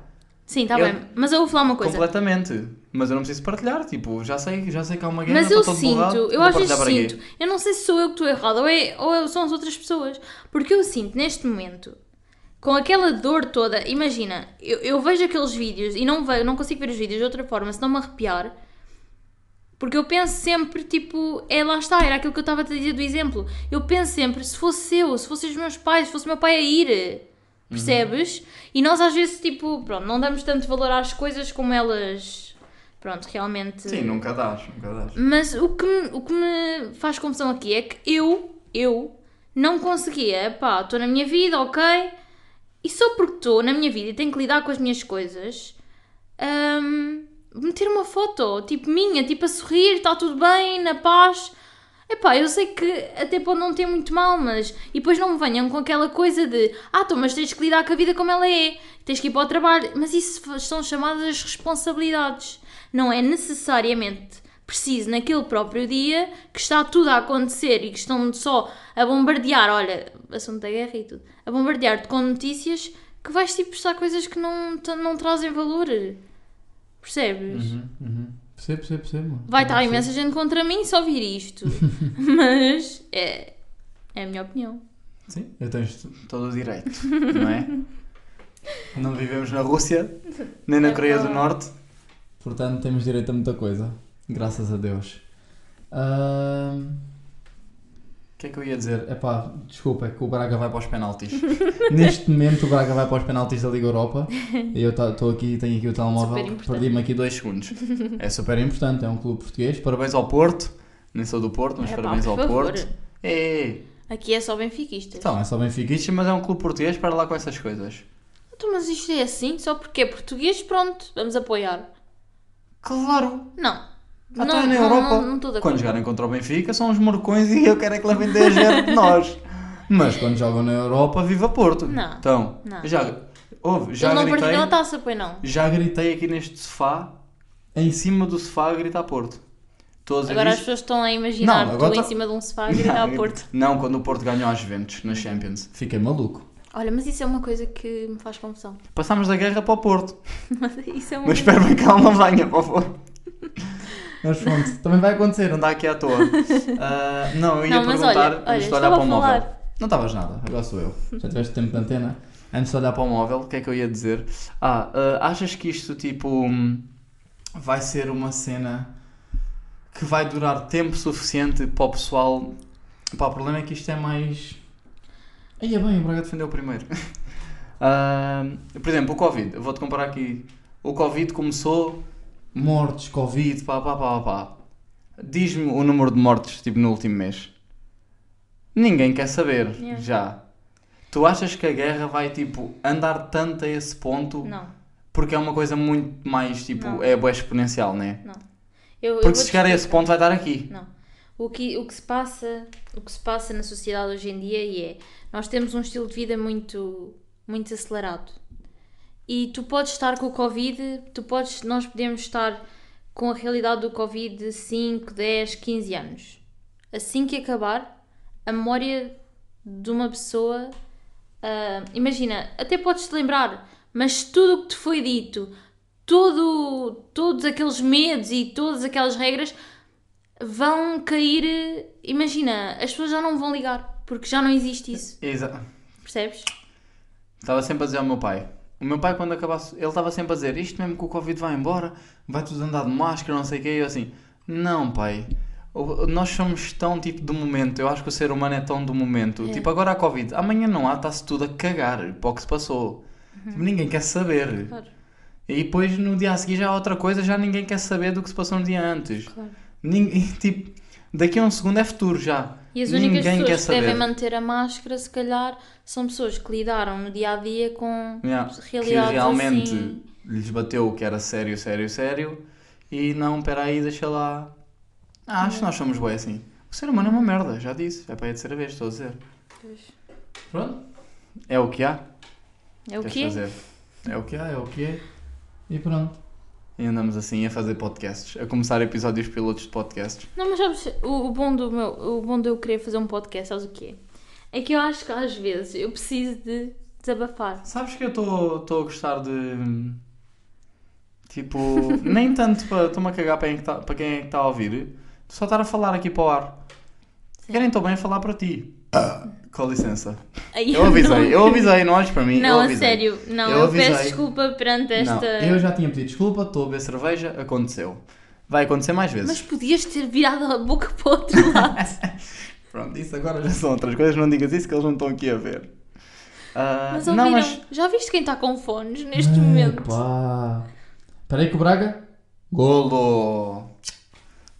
Speaker 1: Sim, está
Speaker 2: Eu-
Speaker 1: bem, mas eu vou falar uma coisa.
Speaker 2: Completamente. Mas eu não preciso partilhar. Tipo, já sei, já sei que há uma guerra.
Speaker 1: Mas
Speaker 2: tô
Speaker 1: eu
Speaker 2: tá todo
Speaker 1: sinto,
Speaker 2: borrado,
Speaker 1: eu
Speaker 2: vou
Speaker 1: às vezes
Speaker 2: partilhar para quê?
Speaker 1: sinto, eu não sei se sou eu que estou errada ou, é, ou são as outras pessoas, porque eu sinto neste momento, com aquela dor toda, imagina, eu, eu vejo aqueles vídeos e não, vejo, não consigo ver os vídeos de outra forma, se não me arrepiar, porque eu penso sempre, tipo, é lá está, era aquilo que eu estava a te dizer do exemplo, eu penso sempre, se fosse eu, se fossem os meus pais, se fosse o meu pai a ir... Percebes?
Speaker 2: Uhum.
Speaker 1: E nós às vezes, tipo, pronto, não damos tanto valor às coisas como elas, pronto, realmente
Speaker 2: Sim, nunca dás, nunca dás.
Speaker 1: mas o que, me- o que me faz confusão aqui é que eu, eu, não conseguia. Pá, estou na minha vida, ok? E só porque estou na minha vida e tenho que lidar com as minhas coisas, hum, meter uma foto, tipo minha, tipo a sorrir, está tudo bem, na paz. Epá, eu sei que até pode não ter muito mal, mas. E depois não me venham com aquela coisa de. Ah, então, mas tens que lidar com a vida como ela é. Tens que ir para o trabalho. Mas isso fa- são chamadas as responsabilidades. Não é necessariamente preciso, naquele próprio dia, que está tudo a acontecer e que estão só a bombardear. Olha, assunto da guerra e tudo. A bombardear-te com notícias que vais tipo postar coisas que não, t- não trazem valor. Percebes?
Speaker 2: Uhum. Percebo, percebo, percebo.
Speaker 1: Vai estar imensa gente contra mim só ouvir isto. Mas é, é a minha opinião.
Speaker 2: Sim, eu tenho isto todo o direito, não é? Não vivemos na Rússia, nem na
Speaker 1: É
Speaker 2: Coreia do
Speaker 1: verdade.
Speaker 2: Norte. Portanto, temos direito a muita coisa. Graças a Deus. O que é que eu ia dizer? Epá, desculpa, é que o Braga vai para os penaltis. Neste momento o Braga vai para os penaltis da Liga Europa. E eu estou aqui, tenho aqui o
Speaker 1: Super
Speaker 2: telemóvel,
Speaker 1: importante.
Speaker 2: perdi-me aqui dois segundos. É super importante, é um clube português. Parabéns ao Porto. Nem sou do Porto, mas
Speaker 1: Epá,
Speaker 2: parabéns
Speaker 1: por
Speaker 2: ao
Speaker 1: favor.
Speaker 2: Porto. É,
Speaker 1: Aqui é só benfiquistas.
Speaker 2: Então, é só benfiquista, mas é um clube português para lá com essas coisas.
Speaker 1: Então, mas isto é assim? Só porque é português, pronto, vamos apoiar.
Speaker 2: Claro!
Speaker 1: Não.
Speaker 2: Até
Speaker 1: não,
Speaker 2: Ah, então é na
Speaker 1: não,
Speaker 2: Europa,
Speaker 1: não, não estou de
Speaker 2: quando
Speaker 1: acordo.
Speaker 2: jogarem contra o Benfica, são os morcões e eu quero é que levem 10 0 de nós. Mas quando jogam na Europa, viva Porto!
Speaker 1: Não.
Speaker 2: Então,
Speaker 1: Não.
Speaker 2: já, ouve, já
Speaker 1: Ele não
Speaker 2: gritei,
Speaker 1: partilhou a taça, pois não.
Speaker 2: já gritei aqui neste sofá, em cima do sofá, a gritar Porto. Todos
Speaker 1: Agora as pessoas estão a imaginar
Speaker 2: é Não,
Speaker 1: tu
Speaker 2: agora
Speaker 1: em
Speaker 2: tá-
Speaker 1: cima de um sofá a gritar a Porto.
Speaker 2: Não, quando o Porto ganhou às Juventus, na Champions. Fiquei maluco.
Speaker 1: Olha, mas isso é uma coisa que me faz confusão.
Speaker 2: Passámos da guerra para o Porto.
Speaker 1: Mas isso é uma
Speaker 2: Mas
Speaker 1: coisa-
Speaker 2: espero bem que ela não venha, por favor. Mas pronto, também vai acontecer, não dá aqui à toa. Ah, não, eu ia
Speaker 1: Não, mas
Speaker 2: perguntar,
Speaker 1: olha,
Speaker 2: antes
Speaker 1: olha,
Speaker 2: de olhar para
Speaker 1: estava a
Speaker 2: o móvel.
Speaker 1: falar.
Speaker 2: Não estavas nada, agora sou eu. Já tiveste tempo de antena. Antes de olhar para o móvel, o que é que eu ia dizer? Ah, ah, achas que isto, tipo, hum, vai ser uma cena que vai durar tempo suficiente para o pessoal... Pá, o problema é que isto é mais... Aí é bem, o Braga defendeu o primeiro. Ah, por exemplo, o Covid. Eu vou-te comparar aqui. O Covid começou... Mortes, Covid, pá, pá, pá, pá. pá. Diz-me o número de mortes, tipo, no último mês. Ninguém quer saber,
Speaker 1: Yeah.
Speaker 2: já. Tu achas que a guerra vai, tipo, andar tanto a esse ponto?
Speaker 1: Não,
Speaker 2: Porque é uma coisa muito mais, tipo,
Speaker 1: Não.
Speaker 2: é bué exponencial, né?
Speaker 1: não. Eu, eu
Speaker 2: Porque
Speaker 1: vou-te
Speaker 2: se chegar a esse
Speaker 1: explicar.
Speaker 2: ponto vai estar aqui.
Speaker 1: Não. O que, o, que se passa, o que se passa na sociedade hoje em dia e é nós temos um estilo de vida muito, muito acelerado. E tu podes estar com o Covid, tu podes, nós podemos estar com a realidade do Covid de 5, 10, 15 anos. Assim que acabar, a memória de uma pessoa. ah, imagina, até podes te lembrar, mas tudo o que te foi dito, todo, todos aqueles medos e todas aquelas regras vão cair. eh, Imagina, as pessoas já não vão ligar, porque já não existe isso,
Speaker 2: Exato.
Speaker 1: percebes?
Speaker 2: Estava sempre a dizer ao meu pai. O meu pai, quando acabasse, ele estava sempre a dizer isto mesmo que o Covid vai embora, vai tudo andar de máscara, não sei o quê. E eu assim, não, pai. O- Nós somos tão tipo do momento. Eu acho que o ser humano é tão do momento.
Speaker 1: É.
Speaker 2: Tipo, agora há Covid. Amanhã não há, está-se tudo a cagar para o que se passou.
Speaker 1: Uhum.
Speaker 2: Tipo, Ninguém quer saber.
Speaker 1: Claro,
Speaker 2: E depois no dia a seguir já há outra coisa, já ninguém quer saber do que se passou no dia antes.
Speaker 1: claro.
Speaker 2: Ninguém, tipo, daqui a um segundo é futuro já.
Speaker 1: E as
Speaker 2: ninguém
Speaker 1: únicas
Speaker 2: quer
Speaker 1: pessoas que
Speaker 2: saber.
Speaker 1: devem manter a máscara, se calhar, são pessoas que lidaram no dia a dia com
Speaker 2: Yeah,
Speaker 1: realidades
Speaker 2: que realmente
Speaker 1: assim.
Speaker 2: lhes bateu o que era sério, sério, sério e não, peraí, deixa lá. Ah, acho que nós somos bem assim. O ser humano é uma merda, já disse. É para a terceira vez, estou a dizer.
Speaker 1: Pois.
Speaker 2: Pronto. É o que há.
Speaker 1: É o
Speaker 2: Queres
Speaker 1: quê?
Speaker 2: fazer? É o que há, é o que é. E pronto. E andamos assim a fazer podcasts, a começar episódios pilotos de podcasts.
Speaker 1: Não, mas sabes, o, o bom do meu, o bom de eu querer fazer um podcast, sabes o quê? É que eu acho que às vezes eu preciso de desabafar.
Speaker 2: Sabes que eu estou a gostar de. Tipo, nem tanto para. Estou-me a cagar para quem é que tá- para quem é que está a ouvir. Só estar a falar aqui para o ar.
Speaker 1: Sim.
Speaker 2: Querem tão bem falar para ti. Com licença.
Speaker 1: Aí
Speaker 2: Eu
Speaker 1: não-
Speaker 2: avisei, eu avisei, não olhes para mim.
Speaker 1: Não,
Speaker 2: eu
Speaker 1: a
Speaker 2: avisei.
Speaker 1: sério, não,
Speaker 2: Eu
Speaker 1: eu, peço
Speaker 2: avisei.
Speaker 1: desculpa perante
Speaker 2: Não,
Speaker 1: esta.
Speaker 2: eu já tinha pedido desculpa, estou a beber cerveja, aconteceu. Vai acontecer mais vezes.
Speaker 1: Mas podias ter virado a boca para o outro lado.
Speaker 2: Pronto, isso agora já são outras coisas, não digas isso que eles não estão aqui a ver. Ah,
Speaker 1: Mas
Speaker 2: não,
Speaker 1: ouviram?
Speaker 2: mas.
Speaker 1: Já viste quem está com fones neste momento?
Speaker 2: Epá. Peraí que o Braga. Golo!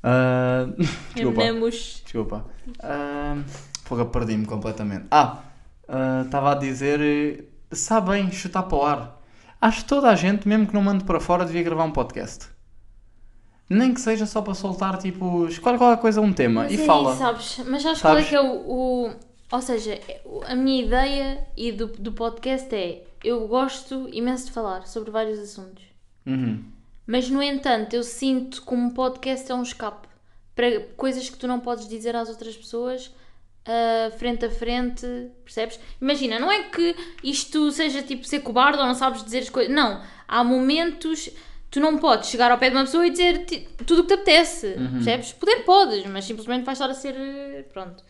Speaker 2: Ah, desculpa.
Speaker 1: Amamos.
Speaker 2: Desculpa. Ah, Porra, perdi-me completamente. Ah, ah, estava a dizer. eh, Sabe bem chutar para o ar. Acho que toda a gente, mesmo que não mande para fora, devia gravar um podcast. Nem que seja só para soltar, tipo, escolhe qualquer coisa, um tema
Speaker 1: Mas
Speaker 2: e
Speaker 1: é
Speaker 2: fala.
Speaker 1: isso, sabes? Mas sabes,
Speaker 2: Sabes?
Speaker 1: qual é que é o. o- Ou seja, é- o- a minha ideia e do, do podcast é eu gosto imenso de falar sobre vários assuntos.
Speaker 2: Uhum.
Speaker 1: Mas no entanto, eu sinto que um podcast é um escape para coisas que tu não podes dizer às outras pessoas ah, frente a frente, percebes? Imagina, não é que isto seja tipo ser cobarde ou não sabes dizer as coisas. Não, há momentos tu não podes chegar ao pé de uma pessoa e dizer ti- tudo o que te apetece, percebes? Poder podes, mas simplesmente vais estar a ser eh, pronto.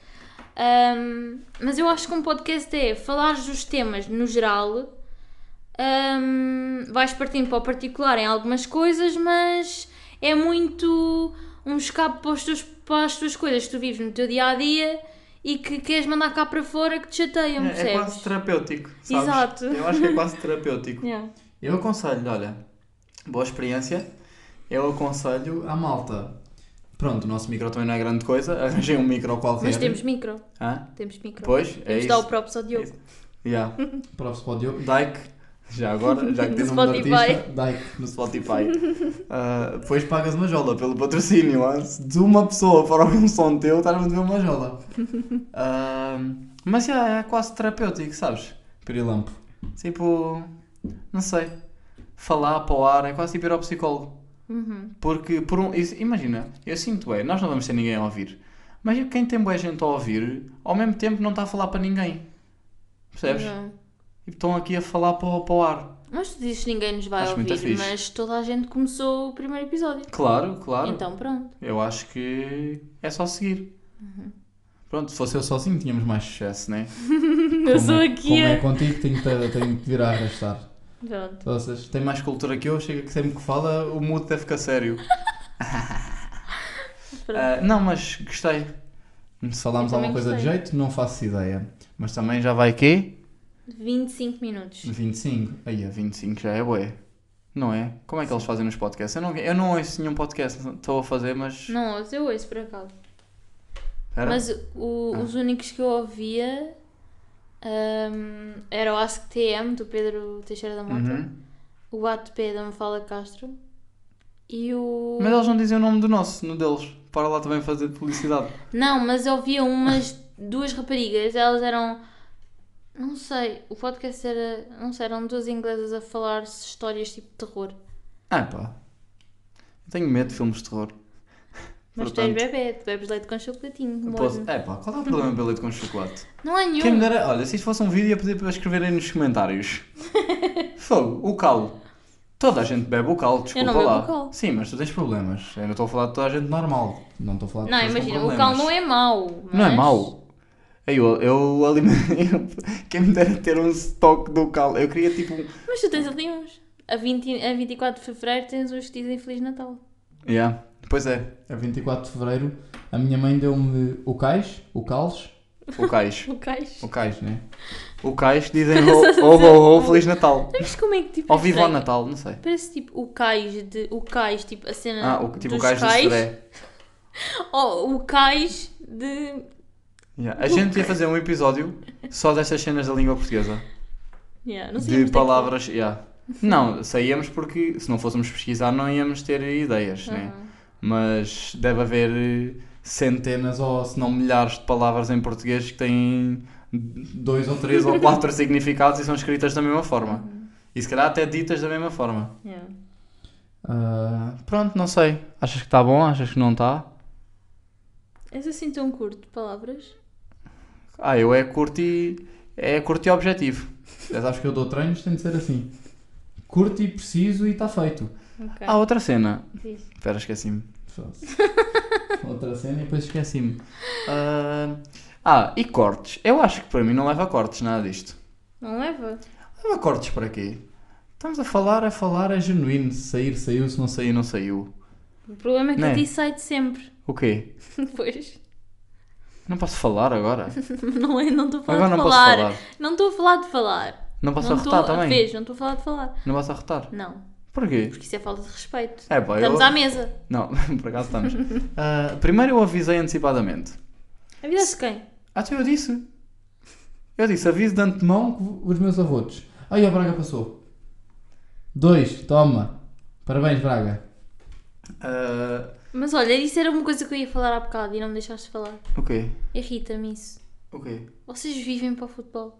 Speaker 1: Ahm, mas eu acho que um podcast é falar dos temas no geral Hum, vais partindo para o particular em algumas coisas, mas é muito um escape para, os teus- para as tuas coisas que tu vives no teu dia a dia e que queres mandar cá para fora que te chateiam,
Speaker 2: É- É,
Speaker 1: percebes?
Speaker 2: quase terapêutico, sabes?
Speaker 1: Exato.
Speaker 2: Eu acho que é quase terapêutico.
Speaker 1: Yeah.
Speaker 2: Eu aconselho, olha, boa experiência. Eu aconselho à malta Pronto, o nosso micro também não é grande coisa. Arranjei um micro qualquer.
Speaker 1: Mas temos micro.
Speaker 2: Hã?
Speaker 1: Temos micro.
Speaker 2: Pois,
Speaker 1: temos
Speaker 2: é
Speaker 1: de
Speaker 2: isso.
Speaker 1: dar o props ao Diogo.
Speaker 2: isso. Yeah.
Speaker 4: Props para o Diogo.
Speaker 2: Dyke, já agora, já que
Speaker 1: No
Speaker 2: diz o nome do
Speaker 1: Spotify.
Speaker 2: artista,
Speaker 4: Dyke.
Speaker 2: no Spotify. Ah, depois pagas uma jola pelo patrocínio. ah. Se de uma pessoa for ouvir um som teu, estás a dever uma jola. Ah, mas yeah, é quase terapêutico, sabes?
Speaker 4: Pirilampo.
Speaker 2: Tipo, não sei. Falar para o ar é quase tipo ir ao psicólogo.
Speaker 1: Uhum.
Speaker 2: Porque, por um, isso- imagina, eu sinto, é, nós não vamos ter ninguém a ouvir. Mas eu- quem tem boa gente a ouvir, ao mesmo tempo não está a falar para ninguém. Percebes?
Speaker 1: Não.
Speaker 2: E estão aqui a falar para, o- para o ar.
Speaker 1: Mas tu dizes que ninguém nos vai
Speaker 2: Acho muito
Speaker 1: ouvir,
Speaker 2: fixe.
Speaker 1: mas toda a gente começou o primeiro episódio.
Speaker 2: Claro, claro.
Speaker 1: Então pronto.
Speaker 2: Eu acho que é só seguir.
Speaker 1: Uhum.
Speaker 2: Pronto, se fosse eu sozinho tínhamos mais sucesso, né?
Speaker 1: Eu sou
Speaker 4: é,
Speaker 1: aqui
Speaker 4: Como é
Speaker 1: a.
Speaker 4: contigo, tenho que, tenho que vir a arrastar. Então,
Speaker 1: Pronto.
Speaker 4: Vocês,
Speaker 2: Tem mais cultura que eu, chega que sempre que fala o mudo deve ficar sério. Ah, não, mas gostei.
Speaker 4: se falarmos
Speaker 1: Eu também
Speaker 4: alguma coisa de
Speaker 1: gostei.
Speaker 4: jeito, não faço ideia.
Speaker 2: Mas também já vai quê?
Speaker 1: 25 minutos.
Speaker 2: Uhum.
Speaker 4: 25.
Speaker 2: Aí a 25 já é bué. Não é? Como é que eles fazem nos podcasts? Eu não, eu não ouço nenhum podcast, estou a fazer, mas.
Speaker 1: Não, ouço, eu ouço por acaso.
Speaker 2: Era?
Speaker 1: Mas o-
Speaker 2: Ah.
Speaker 1: os únicos que eu ouvia ahm, era o Ask TM do Pedro Teixeira da Mota,
Speaker 2: Uhum.
Speaker 1: o ATP da Mafala Castro e o.
Speaker 2: Mas eles não dizem o nome do nosso, no deles. Para lá também fazer publicidade.
Speaker 1: Não, mas eu ouvia umas duas raparigas, elas eram. Não sei, o podcast era. Não sei, eram duas inglesas a falar histórias tipo de terror.
Speaker 2: Ah, pá. Eu tenho medo de filmes de terror.
Speaker 1: Mas tu és
Speaker 2: Portanto,
Speaker 1: bebê, tu bebes leite com chocolatinho.
Speaker 2: eu
Speaker 1: morno.
Speaker 2: posso... É pá, qual é o problema de beber leite com chocolate?
Speaker 1: Não é nenhum.
Speaker 2: Quem me dera, olha, se isto fosse um vídeo ia pedir para escreverem nos comentários. Fogo, o calo. Toda a gente bebe o calo, desculpa
Speaker 1: não bebo
Speaker 2: lá.
Speaker 1: o calo.
Speaker 2: Sim, mas tu tens problemas. Eu não estou a falar de toda a gente normal.
Speaker 4: Não estou a falar de
Speaker 1: Não,
Speaker 4: pessoas com
Speaker 1: imagina, o
Speaker 2: problemas.
Speaker 1: cal não é mau.
Speaker 2: Não é
Speaker 1: mas-
Speaker 2: mau. Ei, Eu, eu alimentei. Quem me dera ter um estoque do calo. Eu queria tipo. um-
Speaker 1: Mas tu tens ali uns. A, 20, a 24 de Fevereiro tens uns que dizem Feliz Natal.
Speaker 2: Yeah. Pois é,
Speaker 4: A 24 de Fevereiro, a minha mãe deu-me o cais, o cales,
Speaker 2: o cais.
Speaker 1: O cais.
Speaker 4: o cais, né?
Speaker 2: O cais dizem ho, ho, ho, ho, Feliz Natal.
Speaker 1: Mas como é que tipo.
Speaker 2: Ou
Speaker 1: é
Speaker 2: viva o
Speaker 1: estranho?
Speaker 2: Natal, não sei.
Speaker 1: Parece tipo o cais de. O cais, tipo a cena.
Speaker 2: Ah, o, tipo o
Speaker 1: dos
Speaker 2: cais do Sodré.
Speaker 1: Ou o cais de.
Speaker 2: Yeah. A gente ia fazer um episódio só destas cenas da língua portuguesa.
Speaker 1: Yeah, não sei
Speaker 2: de palavras. Yeah. Não, saíamos porque se não fôssemos pesquisar não íamos ter ideias, né? Mas deve haver eh, centenas ou se não milhares de palavras em português que têm dois ou três ou quatro significados e são escritas da mesma forma. E se calhar até ditas da mesma forma.
Speaker 4: Ah,
Speaker 2: Pronto, não sei. Achas que está bom? Achas que não tá? está?
Speaker 1: És assim tão curto de palavras?
Speaker 2: Ah, eu é curto e. É curto e objetivo.
Speaker 4: já sabes que eu dou treinos, tem de ser assim. Curto e preciso e está feito.
Speaker 1: Ok.
Speaker 2: Há outra cena.
Speaker 1: Diz.
Speaker 2: Espera, esqueci-me.
Speaker 4: Foda-se. Outra cena e depois esquece.
Speaker 2: Esqueci-me. Ah, ah, e cortes. Eu acho que para mim não leva cortes nada disto.
Speaker 1: Não leva?
Speaker 2: Leva cortes para quê?
Speaker 4: Estamos a falar, a falar, é genuíno. Se sair, saiu, se não sair.
Speaker 2: Saiu, não saiu.
Speaker 1: O problema é que
Speaker 2: Não é?
Speaker 1: a ti sai de sempre.
Speaker 2: O quê?
Speaker 1: Depois.
Speaker 2: Não posso falar agora?
Speaker 1: Não é? Não estou a falar
Speaker 2: Agora
Speaker 1: de
Speaker 2: não posso
Speaker 1: falar.
Speaker 2: falar.
Speaker 1: Não estou a falar de falar.
Speaker 2: Não posso
Speaker 1: não
Speaker 2: arrotar
Speaker 1: estou a-
Speaker 2: também?
Speaker 1: Vês, não estou a falar de falar.
Speaker 2: Não posso arrotar?
Speaker 1: Não.
Speaker 2: Porquê?
Speaker 1: Porque isso é falta de respeito.
Speaker 2: É pá, eu...
Speaker 1: Estamos à mesa.
Speaker 2: Não, por acaso estamos. Ah, primeiro eu avisei antecipadamente.
Speaker 1: Avisaste é quem?
Speaker 2: Até eu disse. Eu disse, aviso de antemão.
Speaker 4: Mão com os meus arrotos. Aí a Braga passou. Dois, toma. Parabéns, Braga.
Speaker 2: Ah,
Speaker 1: Mas olha, isso era uma coisa que eu ia falar há bocado e não me deixaste falar.
Speaker 2: o quê?
Speaker 1: Irrita-me isso.
Speaker 2: O quê?
Speaker 1: Vocês vivem para o futebol.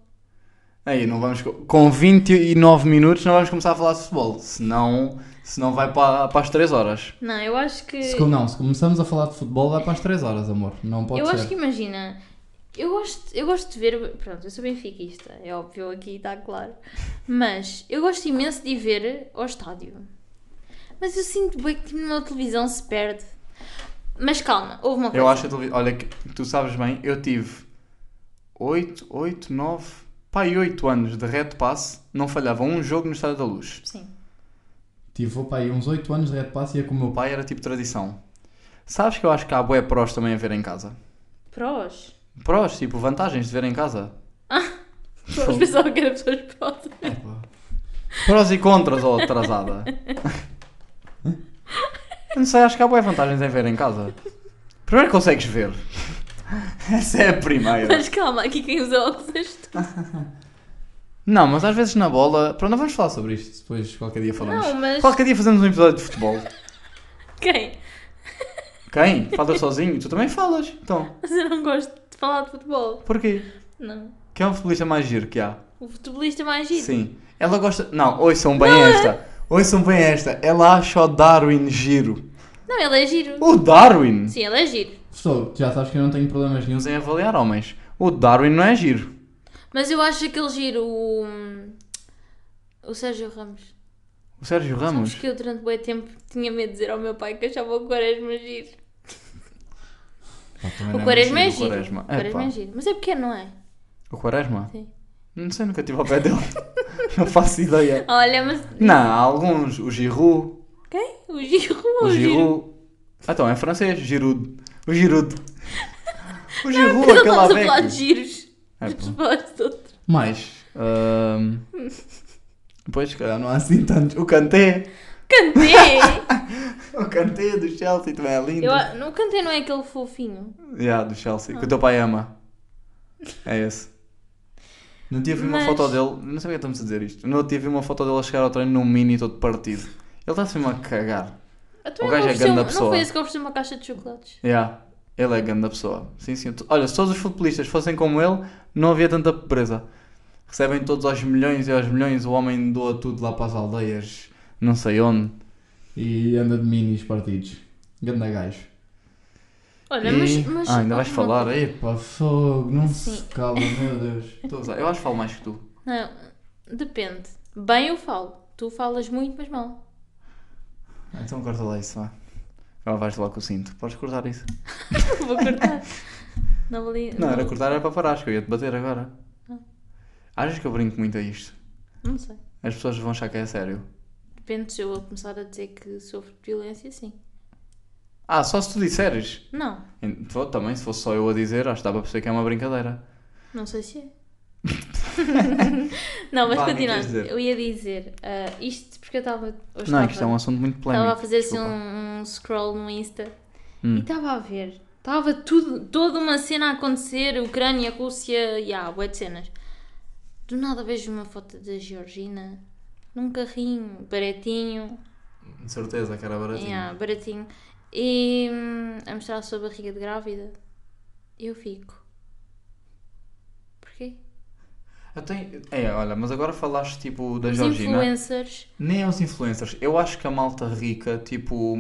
Speaker 2: Aí, não vamos. co- Com 29 minutos não vamos começar a falar de futebol. Senão, senão vai para, para as 3 horas.
Speaker 1: Não, eu acho que.
Speaker 4: Se, com- não, se começamos a falar de futebol, vai para as 3 horas, amor. Não pode
Speaker 1: eu
Speaker 4: ser.
Speaker 1: acho que imagina. Eu gosto, eu gosto de ver. Pronto, eu sou benfiquista, é óbvio, aqui está claro. Mas eu gosto imenso de ir ver ao estádio. Mas eu sinto bem que na televisão se perde. Mas calma, houve uma coisa.
Speaker 2: Eu acho a televisão. Olha, que tu sabes bem, eu tive 8, 8, 9, pai, 8 anos de red pass, não falhava um jogo no Estádio da Luz.
Speaker 1: Sim.
Speaker 4: Tive opa, aí uns 8 anos de red pass e ia com o
Speaker 2: O
Speaker 4: meu pai.
Speaker 2: pai era tipo tradição. Sabes que eu acho que há bué prós também a ver em casa?
Speaker 1: Prós.
Speaker 2: Prós, tipo, vantagens de ver em casa.
Speaker 1: Prós pensava que era pessoas prós.
Speaker 2: Prós e contras, ou atrasada. Eu não sei, acho que há boas vantagens em ver em casa. Primeiro consegues ver. Essa é a primeira.
Speaker 1: Mas calma, aqui quem usa óculos és tu.
Speaker 2: Não, mas às vezes na bola. Pronto, não vamos falar sobre isto. Depois qualquer dia falamos.
Speaker 1: Não, mas-
Speaker 2: Qualquer dia fazemos um episódio de futebol. é?
Speaker 1: Quem?
Speaker 2: Quem? Falas sozinho? Tu também falas. Então,
Speaker 1: Mas eu não gosto de falar de futebol.
Speaker 2: porquê?
Speaker 1: Não.
Speaker 2: Quem é o futebolista mais giro que há?
Speaker 1: O futebolista é mais giro.
Speaker 2: Sim. Ela gosta. Não, ouçam bem esta. Ouçam bem esta. Ela acha o Darwin giro.
Speaker 1: Não, ele é giro.
Speaker 2: O Darwin?
Speaker 1: Sim, ele é giro.
Speaker 4: Professor, já sabes que eu não tenho problemas nenhum.
Speaker 2: Nenhum em avaliar homens. O Darwin não é giro.
Speaker 1: Mas eu acho aquele giro o. O Sérgio Ramos.
Speaker 2: O Sérgio
Speaker 1: Sabes
Speaker 2: Ramos.
Speaker 1: que eu durante bué tempo tinha medo de dizer ao meu pai que achava o Quaresma giro. O Quaresma é giro.
Speaker 2: O Quaresma,
Speaker 1: O Quaresma
Speaker 2: Epá.
Speaker 1: é giro. Mas é pequeno, não é?
Speaker 2: O Quaresma?
Speaker 1: Sim.
Speaker 2: Não sei, nunca tive ao pé dele. não faço ideia.
Speaker 1: Olha, mas.
Speaker 2: Não, há alguns. O Giroud.
Speaker 1: Quem? O Giro ou
Speaker 2: O
Speaker 1: o Giro?
Speaker 2: Giroud. Ah, então, é francês. Giroud. O Giroud. O Giroud,
Speaker 1: Não
Speaker 2: aquele lá
Speaker 1: estamos a falar de
Speaker 2: velho.
Speaker 1: giros.
Speaker 2: É,
Speaker 1: Estamos a
Speaker 2: pá.
Speaker 1: falar de outro.
Speaker 2: Mais. ahm, Pois, se calhar não há assim tantos. O Kanté.
Speaker 1: Cantei!
Speaker 2: O Kanté do Chelsea também é lindo.
Speaker 1: eu, a- não, o Cantei não é aquele fofinho.
Speaker 2: Yeah, do Chelsea,
Speaker 1: Ah.
Speaker 2: que o teu pai ama. É esse. No outro dia vi uma
Speaker 1: Mas-
Speaker 2: foto dele, não sei porque estamos a dizer isto. No outro dia vi uma foto dele a chegar ao treino num mini todo partido. Ele está-se mesmo a cagar.
Speaker 1: Então
Speaker 2: O
Speaker 1: eu
Speaker 2: gajo é
Speaker 1: ofereci
Speaker 2: grande
Speaker 1: um-
Speaker 2: pessoa.
Speaker 1: Não foi esse que ofereceu uma caixa de chocolates.
Speaker 2: Yeah, ele é grande pessoa. Sim, sim. Olha, se todos os futebolistas fossem como ele, não havia tanta pobreza. Recebem todos aos milhões e aos milhões, o homem doa tudo lá para as aldeias, não sei onde.
Speaker 4: E anda de minis partidos. Ganda gajo.
Speaker 1: Olha,
Speaker 2: E-
Speaker 1: mas. mas
Speaker 2: ah, ainda vais
Speaker 1: uma
Speaker 2: falar
Speaker 1: coisa-
Speaker 2: aí?
Speaker 4: Pá, fogo, não se
Speaker 1: Sim.
Speaker 4: cala, meu Deus.
Speaker 2: Estou a usar. Eu acho que falo mais que tu.
Speaker 1: Não, depende. Bem eu falo. Tu falas muito, mas mal.
Speaker 2: Então corta lá isso, vá. Agora vais lá com o cinto. Podes cortar isso.
Speaker 1: Vou cortar. Não valia.
Speaker 2: Não, era cortar, era para parar, acho que eu ia te bater agora.
Speaker 1: Ah.
Speaker 2: Achas que eu brinco muito a isto?
Speaker 1: Não sei.
Speaker 2: As pessoas vão achar que é sério.
Speaker 1: Depende se eu vou começar a dizer que sofro de violência, sim.
Speaker 2: Ah, só se tu disseres.
Speaker 1: Não,
Speaker 2: Então, também, se fosse só eu a dizer, acho que dá para perceber que é uma brincadeira.
Speaker 1: não sei se é. não, mas
Speaker 2: Vá, nem
Speaker 1: continuando.
Speaker 2: queres dizer.
Speaker 1: Eu ia dizer ah, isto porque eu estava. hoje
Speaker 2: não, é
Speaker 1: estava-
Speaker 2: que isto é um assunto muito polémico.
Speaker 1: Estava a fazer assim
Speaker 2: desculpa.
Speaker 1: um, um scroll no Insta
Speaker 2: Hum.
Speaker 1: e estava a ver. Estava tudo, toda uma cena a acontecer, Ucrânia, Rússia, e há bué de cenas. Do nada vejo uma foto da Georgina num carrinho, baratinho,
Speaker 2: De certeza que era baratinho.
Speaker 1: um- yeah, baratinho, e hum, a mostrar a sua barriga de grávida. Eu fico. Porquê?
Speaker 2: Eu tenho- É, olha, mas agora falaste tipo da
Speaker 1: Os
Speaker 2: Georgina.
Speaker 1: influencers.
Speaker 2: Nem aos influencers. Eu acho que a malta rica, tipo.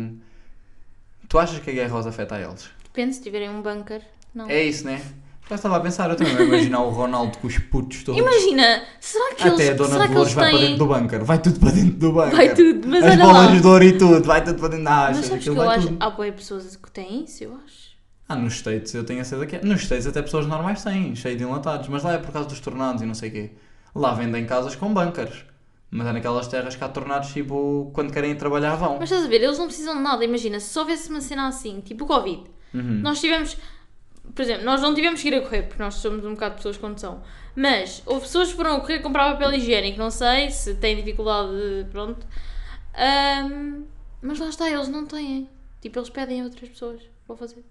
Speaker 2: Tu achas que a guerra os afeta a eles?
Speaker 1: Depende se tiverem um bunker. Não.
Speaker 2: É isso, né? Já estava a pensar, eu também vou imaginar o Ronaldo com os putos todos.
Speaker 1: Imagina, será que
Speaker 2: Até a
Speaker 1: eles,
Speaker 2: Dona
Speaker 1: será que eles
Speaker 2: Dolores vai para dentro
Speaker 1: têm.
Speaker 2: do bunker. Vai tudo para dentro do bunker.
Speaker 1: Vai tudo, mas
Speaker 2: As
Speaker 1: olha
Speaker 2: bolas
Speaker 1: lá.
Speaker 2: de ouro e tudo. Vai tudo para dentro. Ah,
Speaker 1: Mas sabes que
Speaker 2: aquilo
Speaker 1: eu
Speaker 2: vai
Speaker 1: acho.
Speaker 2: tudo.
Speaker 1: Há boas pessoas que têm isso, eu acho.
Speaker 2: Ah, nos States eu tenho a certeza que é. Nos States até pessoas normais têm, cheio de enlatados. Mas lá é por causa dos tornados e não sei o quê. Lá vendem casas com bunkers. Mas é naquelas terras que há tornados, tipo, quando querem ir trabalhar vão.
Speaker 1: Mas estás a ver, eles não precisam de nada. Imagina, se só houvesse uma cena assim, tipo o Covid,
Speaker 2: Uhum.
Speaker 1: nós tivemos. Por exemplo, nós não tivemos que ir a correr, porque nós somos um bocado pessoas com noção. Mas houve pessoas que foram a correr comprar papel higiênico, não sei se têm dificuldade de. Pronto. Ahm, mas lá está, eles não têm. Tipo, eles pedem a outras pessoas para fazer.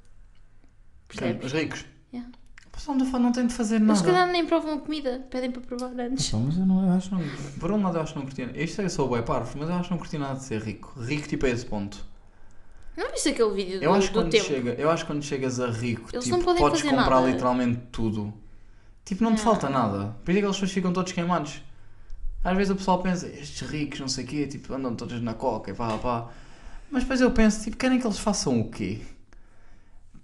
Speaker 2: Quem?
Speaker 1: Percebes?
Speaker 2: Os ricos.
Speaker 1: Yeah.
Speaker 2: A pessoa do fã não tem de fazer
Speaker 1: Eles se
Speaker 2: nada.
Speaker 1: calhar nem provam a comida, pedem para provar antes.
Speaker 4: Então, mas eu não eu acho que não.
Speaker 2: Por um lado eu acho que não curti. Isto é só o parvo, mas eu acho que não curti nada de ser rico. Rico, tipo, a esse ponto.
Speaker 1: Não viste aquele vídeo do,
Speaker 2: Eu acho, que
Speaker 1: do
Speaker 2: quando
Speaker 1: tempo?
Speaker 2: chega, eu acho que quando chegas a rico,
Speaker 1: Eles
Speaker 2: tipo,
Speaker 1: não podem
Speaker 2: podes
Speaker 1: fazer
Speaker 2: comprar
Speaker 1: nada.
Speaker 2: literalmente tudo. Tipo, não te falta nada. Por isso é que as pessoas ficam todos queimados. Às vezes o pessoal pensa, estes ricos, não sei o quê, tipo, andam todos na coca e pá, pá. Mas depois eu penso, tipo, querem que eles façam o quê?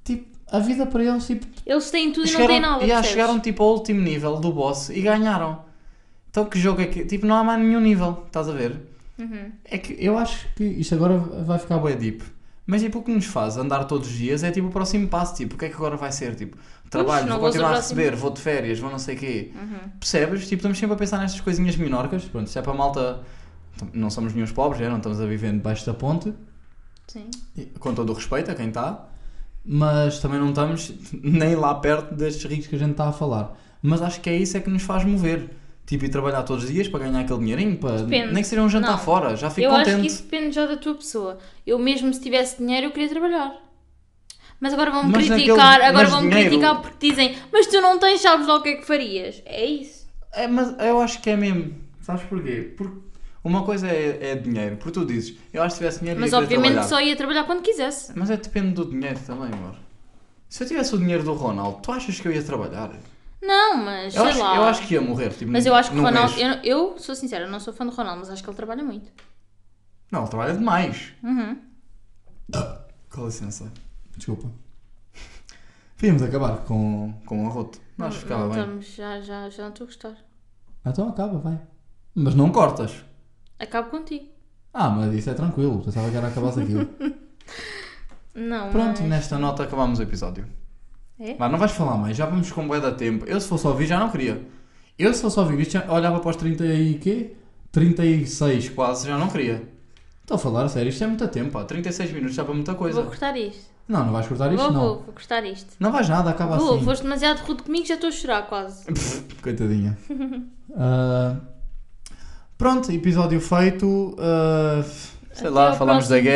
Speaker 4: Tipo, a vida para eles, tipo,
Speaker 1: Eles têm tudo e não
Speaker 2: chegaram,
Speaker 1: têm nada.
Speaker 2: yeah,
Speaker 1: percebes?
Speaker 2: chegaram tipo ao último nível do boss e ganharam. Então que jogo é que. Tipo, não há mais nenhum nível, estás a ver?
Speaker 1: Uhum,
Speaker 2: É que eu acho que isto agora vai ficar bué deep. Mas tipo, o que nos faz andar todos os dias é tipo o próximo passo, tipo, o que é que agora vai ser? Tipo, trabalho,
Speaker 1: não
Speaker 2: vou
Speaker 1: vou ser
Speaker 2: continuar a
Speaker 1: o próximo.
Speaker 2: receber, vou de férias, vou não sei quê.
Speaker 1: uhum.
Speaker 2: Percebes? Tipo, estamos sempre a pensar nestas coisinhas minorcas. Pronto, isto é para a malta. Não somos nenhum pobres, é? não estamos a viver debaixo da ponte.
Speaker 1: Sim.
Speaker 2: E- com todo o respeito a quem está, mas também não estamos nem lá perto destes ricos que a gente está a falar. Mas acho que é isso é que nos faz mover. Tipo, ir trabalhar todos os dias para ganhar aquele dinheirinho, para...
Speaker 1: Depende.
Speaker 2: nem que seja um jantar
Speaker 1: Não.
Speaker 2: fora, já fico
Speaker 1: eu acho que
Speaker 2: contente.
Speaker 1: isso depende já da tua pessoa. Eu mesmo se tivesse dinheiro eu queria trabalhar. Mas agora vão-me
Speaker 2: Mas
Speaker 1: criticar,
Speaker 2: naquele-
Speaker 1: agora
Speaker 2: mas
Speaker 1: vão-me
Speaker 2: dinheiro-
Speaker 1: criticar porque dizem, mas tu não tens, sabes lá o que é que farias. É isso.
Speaker 2: É, mas eu acho que é mesmo. Sabes porquê? Porque uma coisa é, é dinheiro, porque tu dizes, eu acho que se tivesse dinheiro
Speaker 1: Mas
Speaker 2: ia querer
Speaker 1: obviamente
Speaker 2: trabalhar.
Speaker 1: só ia trabalhar quando quisesse.
Speaker 2: Mas é depende do dinheiro também, amor. Se eu tivesse o dinheiro do Ronaldo, tu achas que eu ia trabalhar?
Speaker 1: Não, mas
Speaker 2: Eu
Speaker 1: sei
Speaker 2: acho,
Speaker 1: lá.
Speaker 2: eu acho que ia morrer, tipo,
Speaker 1: Mas eu acho que o
Speaker 2: num
Speaker 1: Ronaldo.
Speaker 2: mês.
Speaker 1: Eu, eu sou sincera, não sou fã do Ronaldo, mas acho que ele trabalha muito.
Speaker 2: Não, ele trabalha demais.
Speaker 1: Uhum.
Speaker 2: Com licença.
Speaker 4: Desculpa.
Speaker 2: Podíamos acabar com, com um arroto. Não acho que ficava
Speaker 1: Não
Speaker 2: bem.
Speaker 1: estamos- Então, já, já, já não estou a gostar.
Speaker 4: Então acaba, vai.
Speaker 2: Mas não cortas.
Speaker 1: Acabo contigo.
Speaker 4: Ah, mas isso é tranquilo. Pensava que era acabar aquilo.
Speaker 1: Não. é.
Speaker 2: Pronto,
Speaker 1: mas...
Speaker 2: nesta nota acabamos o episódio.
Speaker 1: É?
Speaker 2: Mas não vais falar mais, já vamos com bué da tempo. Eu se fosse ouvir já não queria. Eu se fosse ouvir isto já olhava para os 30 e quê? 36 quase, já não queria. Estou a falar a sério, isto é muito tempo, pá. 36 minutos já para muita coisa.
Speaker 1: Vou cortar isto.
Speaker 4: Não, não vais cortar isto,
Speaker 1: Vou,
Speaker 4: não.
Speaker 1: vou, vou cortar isto.
Speaker 2: é. Não vais nada, acaba
Speaker 1: Vou,
Speaker 2: assim.
Speaker 1: foste demasiado rude comigo, já estou a chorar quase.
Speaker 2: Coitadinha.
Speaker 4: Ah,
Speaker 2: Pronto, episódio feito. ah, sei
Speaker 1: Até
Speaker 2: lá,
Speaker 1: ao
Speaker 2: falámos da
Speaker 1: próximo.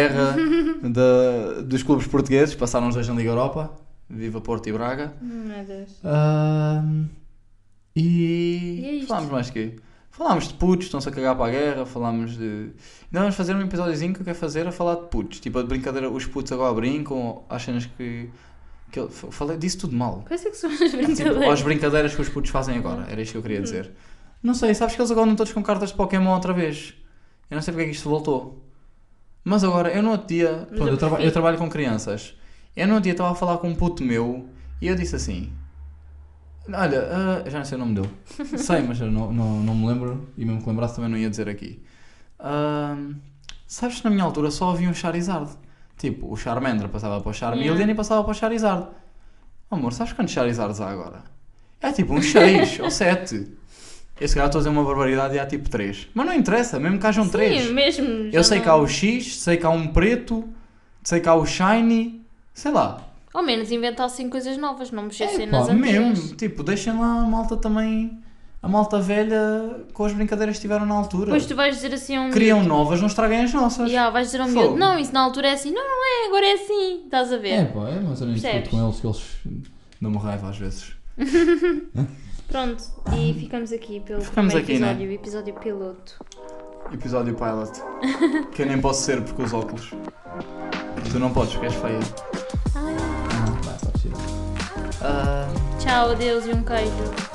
Speaker 2: guerra, da- dos clubes portugueses, passaram os dois na Liga Europa. Viva Porto e Braga.
Speaker 1: Meu Deus.
Speaker 2: Ahm,
Speaker 1: E é
Speaker 2: e
Speaker 1: isto.
Speaker 2: falámos mais que Falámos de putos, estão-se a cagar para a guerra, falámos de. Não, vamos fazer um episódiozinho que eu quero fazer a falar de putos. Tipo, a brincadeira, os putos agora brincam, as cenas que. que eu f- falei, disse tudo mal.
Speaker 1: Quais é que são as
Speaker 2: Tipo, as
Speaker 1: brincadeiras?
Speaker 2: brincadeiras que os putos fazem agora, era isto que eu
Speaker 1: Hum.
Speaker 2: queria dizer. Não sei, sabes que eles agora não todos com cartas de Pokémon outra vez. Eu não sei porque é que isto voltou. Mas agora, eu no outro dia.
Speaker 1: Mas
Speaker 2: pronto,
Speaker 1: eu
Speaker 2: eu, traba-
Speaker 1: prefiro.
Speaker 2: eu trabalho com crianças. Eu no outro dia estava a falar com um puto meu e eu disse assim: Olha, ah, eu já não sei o nome dele. sei, mas eu não, não, não me lembro e mesmo que lembrasse também não ia dizer aqui. Ah, sabes que na minha altura só havia um Charizard. Tipo, o Charmander passava para o Charmeleon
Speaker 1: Yeah.
Speaker 2: e passava para o Charizard. Amor, sabes quantos Charizards há agora? É tipo uns 6 ou 7. Eu se calhar estou a dizer uma barbaridade e há tipo 3. Mas não interessa, mesmo que hajam 3.
Speaker 1: Sim, mesmo. já
Speaker 2: Eu sei que há
Speaker 1: não-
Speaker 2: o X, sei que há um preto, sei que há o shiny, sei lá.
Speaker 1: Ao menos inventassem coisas novas, não mexessem
Speaker 4: É, pá,
Speaker 1: nas antigas.
Speaker 2: Mesmo, tipo, deixem lá a malta também, a malta velha com as brincadeiras que tiveram na altura.
Speaker 1: Depois tu vais dizer assim a um
Speaker 2: Criam novas, não estraguem as nossas.
Speaker 1: miúdo. Yeah, vais dizer a um
Speaker 2: Fogo.
Speaker 1: miúdo. Não, isso na altura é assim. Não, não é, agora é assim. Estás a ver?
Speaker 4: é, pá, é, mas eu nem
Speaker 1: Percebes?
Speaker 4: discuto com eles que eles
Speaker 2: Dá me raiva às vezes.
Speaker 1: Pronto, e ficamos aqui pelo
Speaker 2: Ficamos
Speaker 1: primeiro
Speaker 2: aqui, né?
Speaker 1: episódio, episódio piloto.
Speaker 2: Episódio pilot. que eu nem posso ser porque os óculos. Tu não podes, porque és feia.
Speaker 1: Ai,
Speaker 4: Ah, vai, pode ser.
Speaker 2: Ah,
Speaker 1: tchau, adeus e um queijo.
Speaker 2: Ah, então.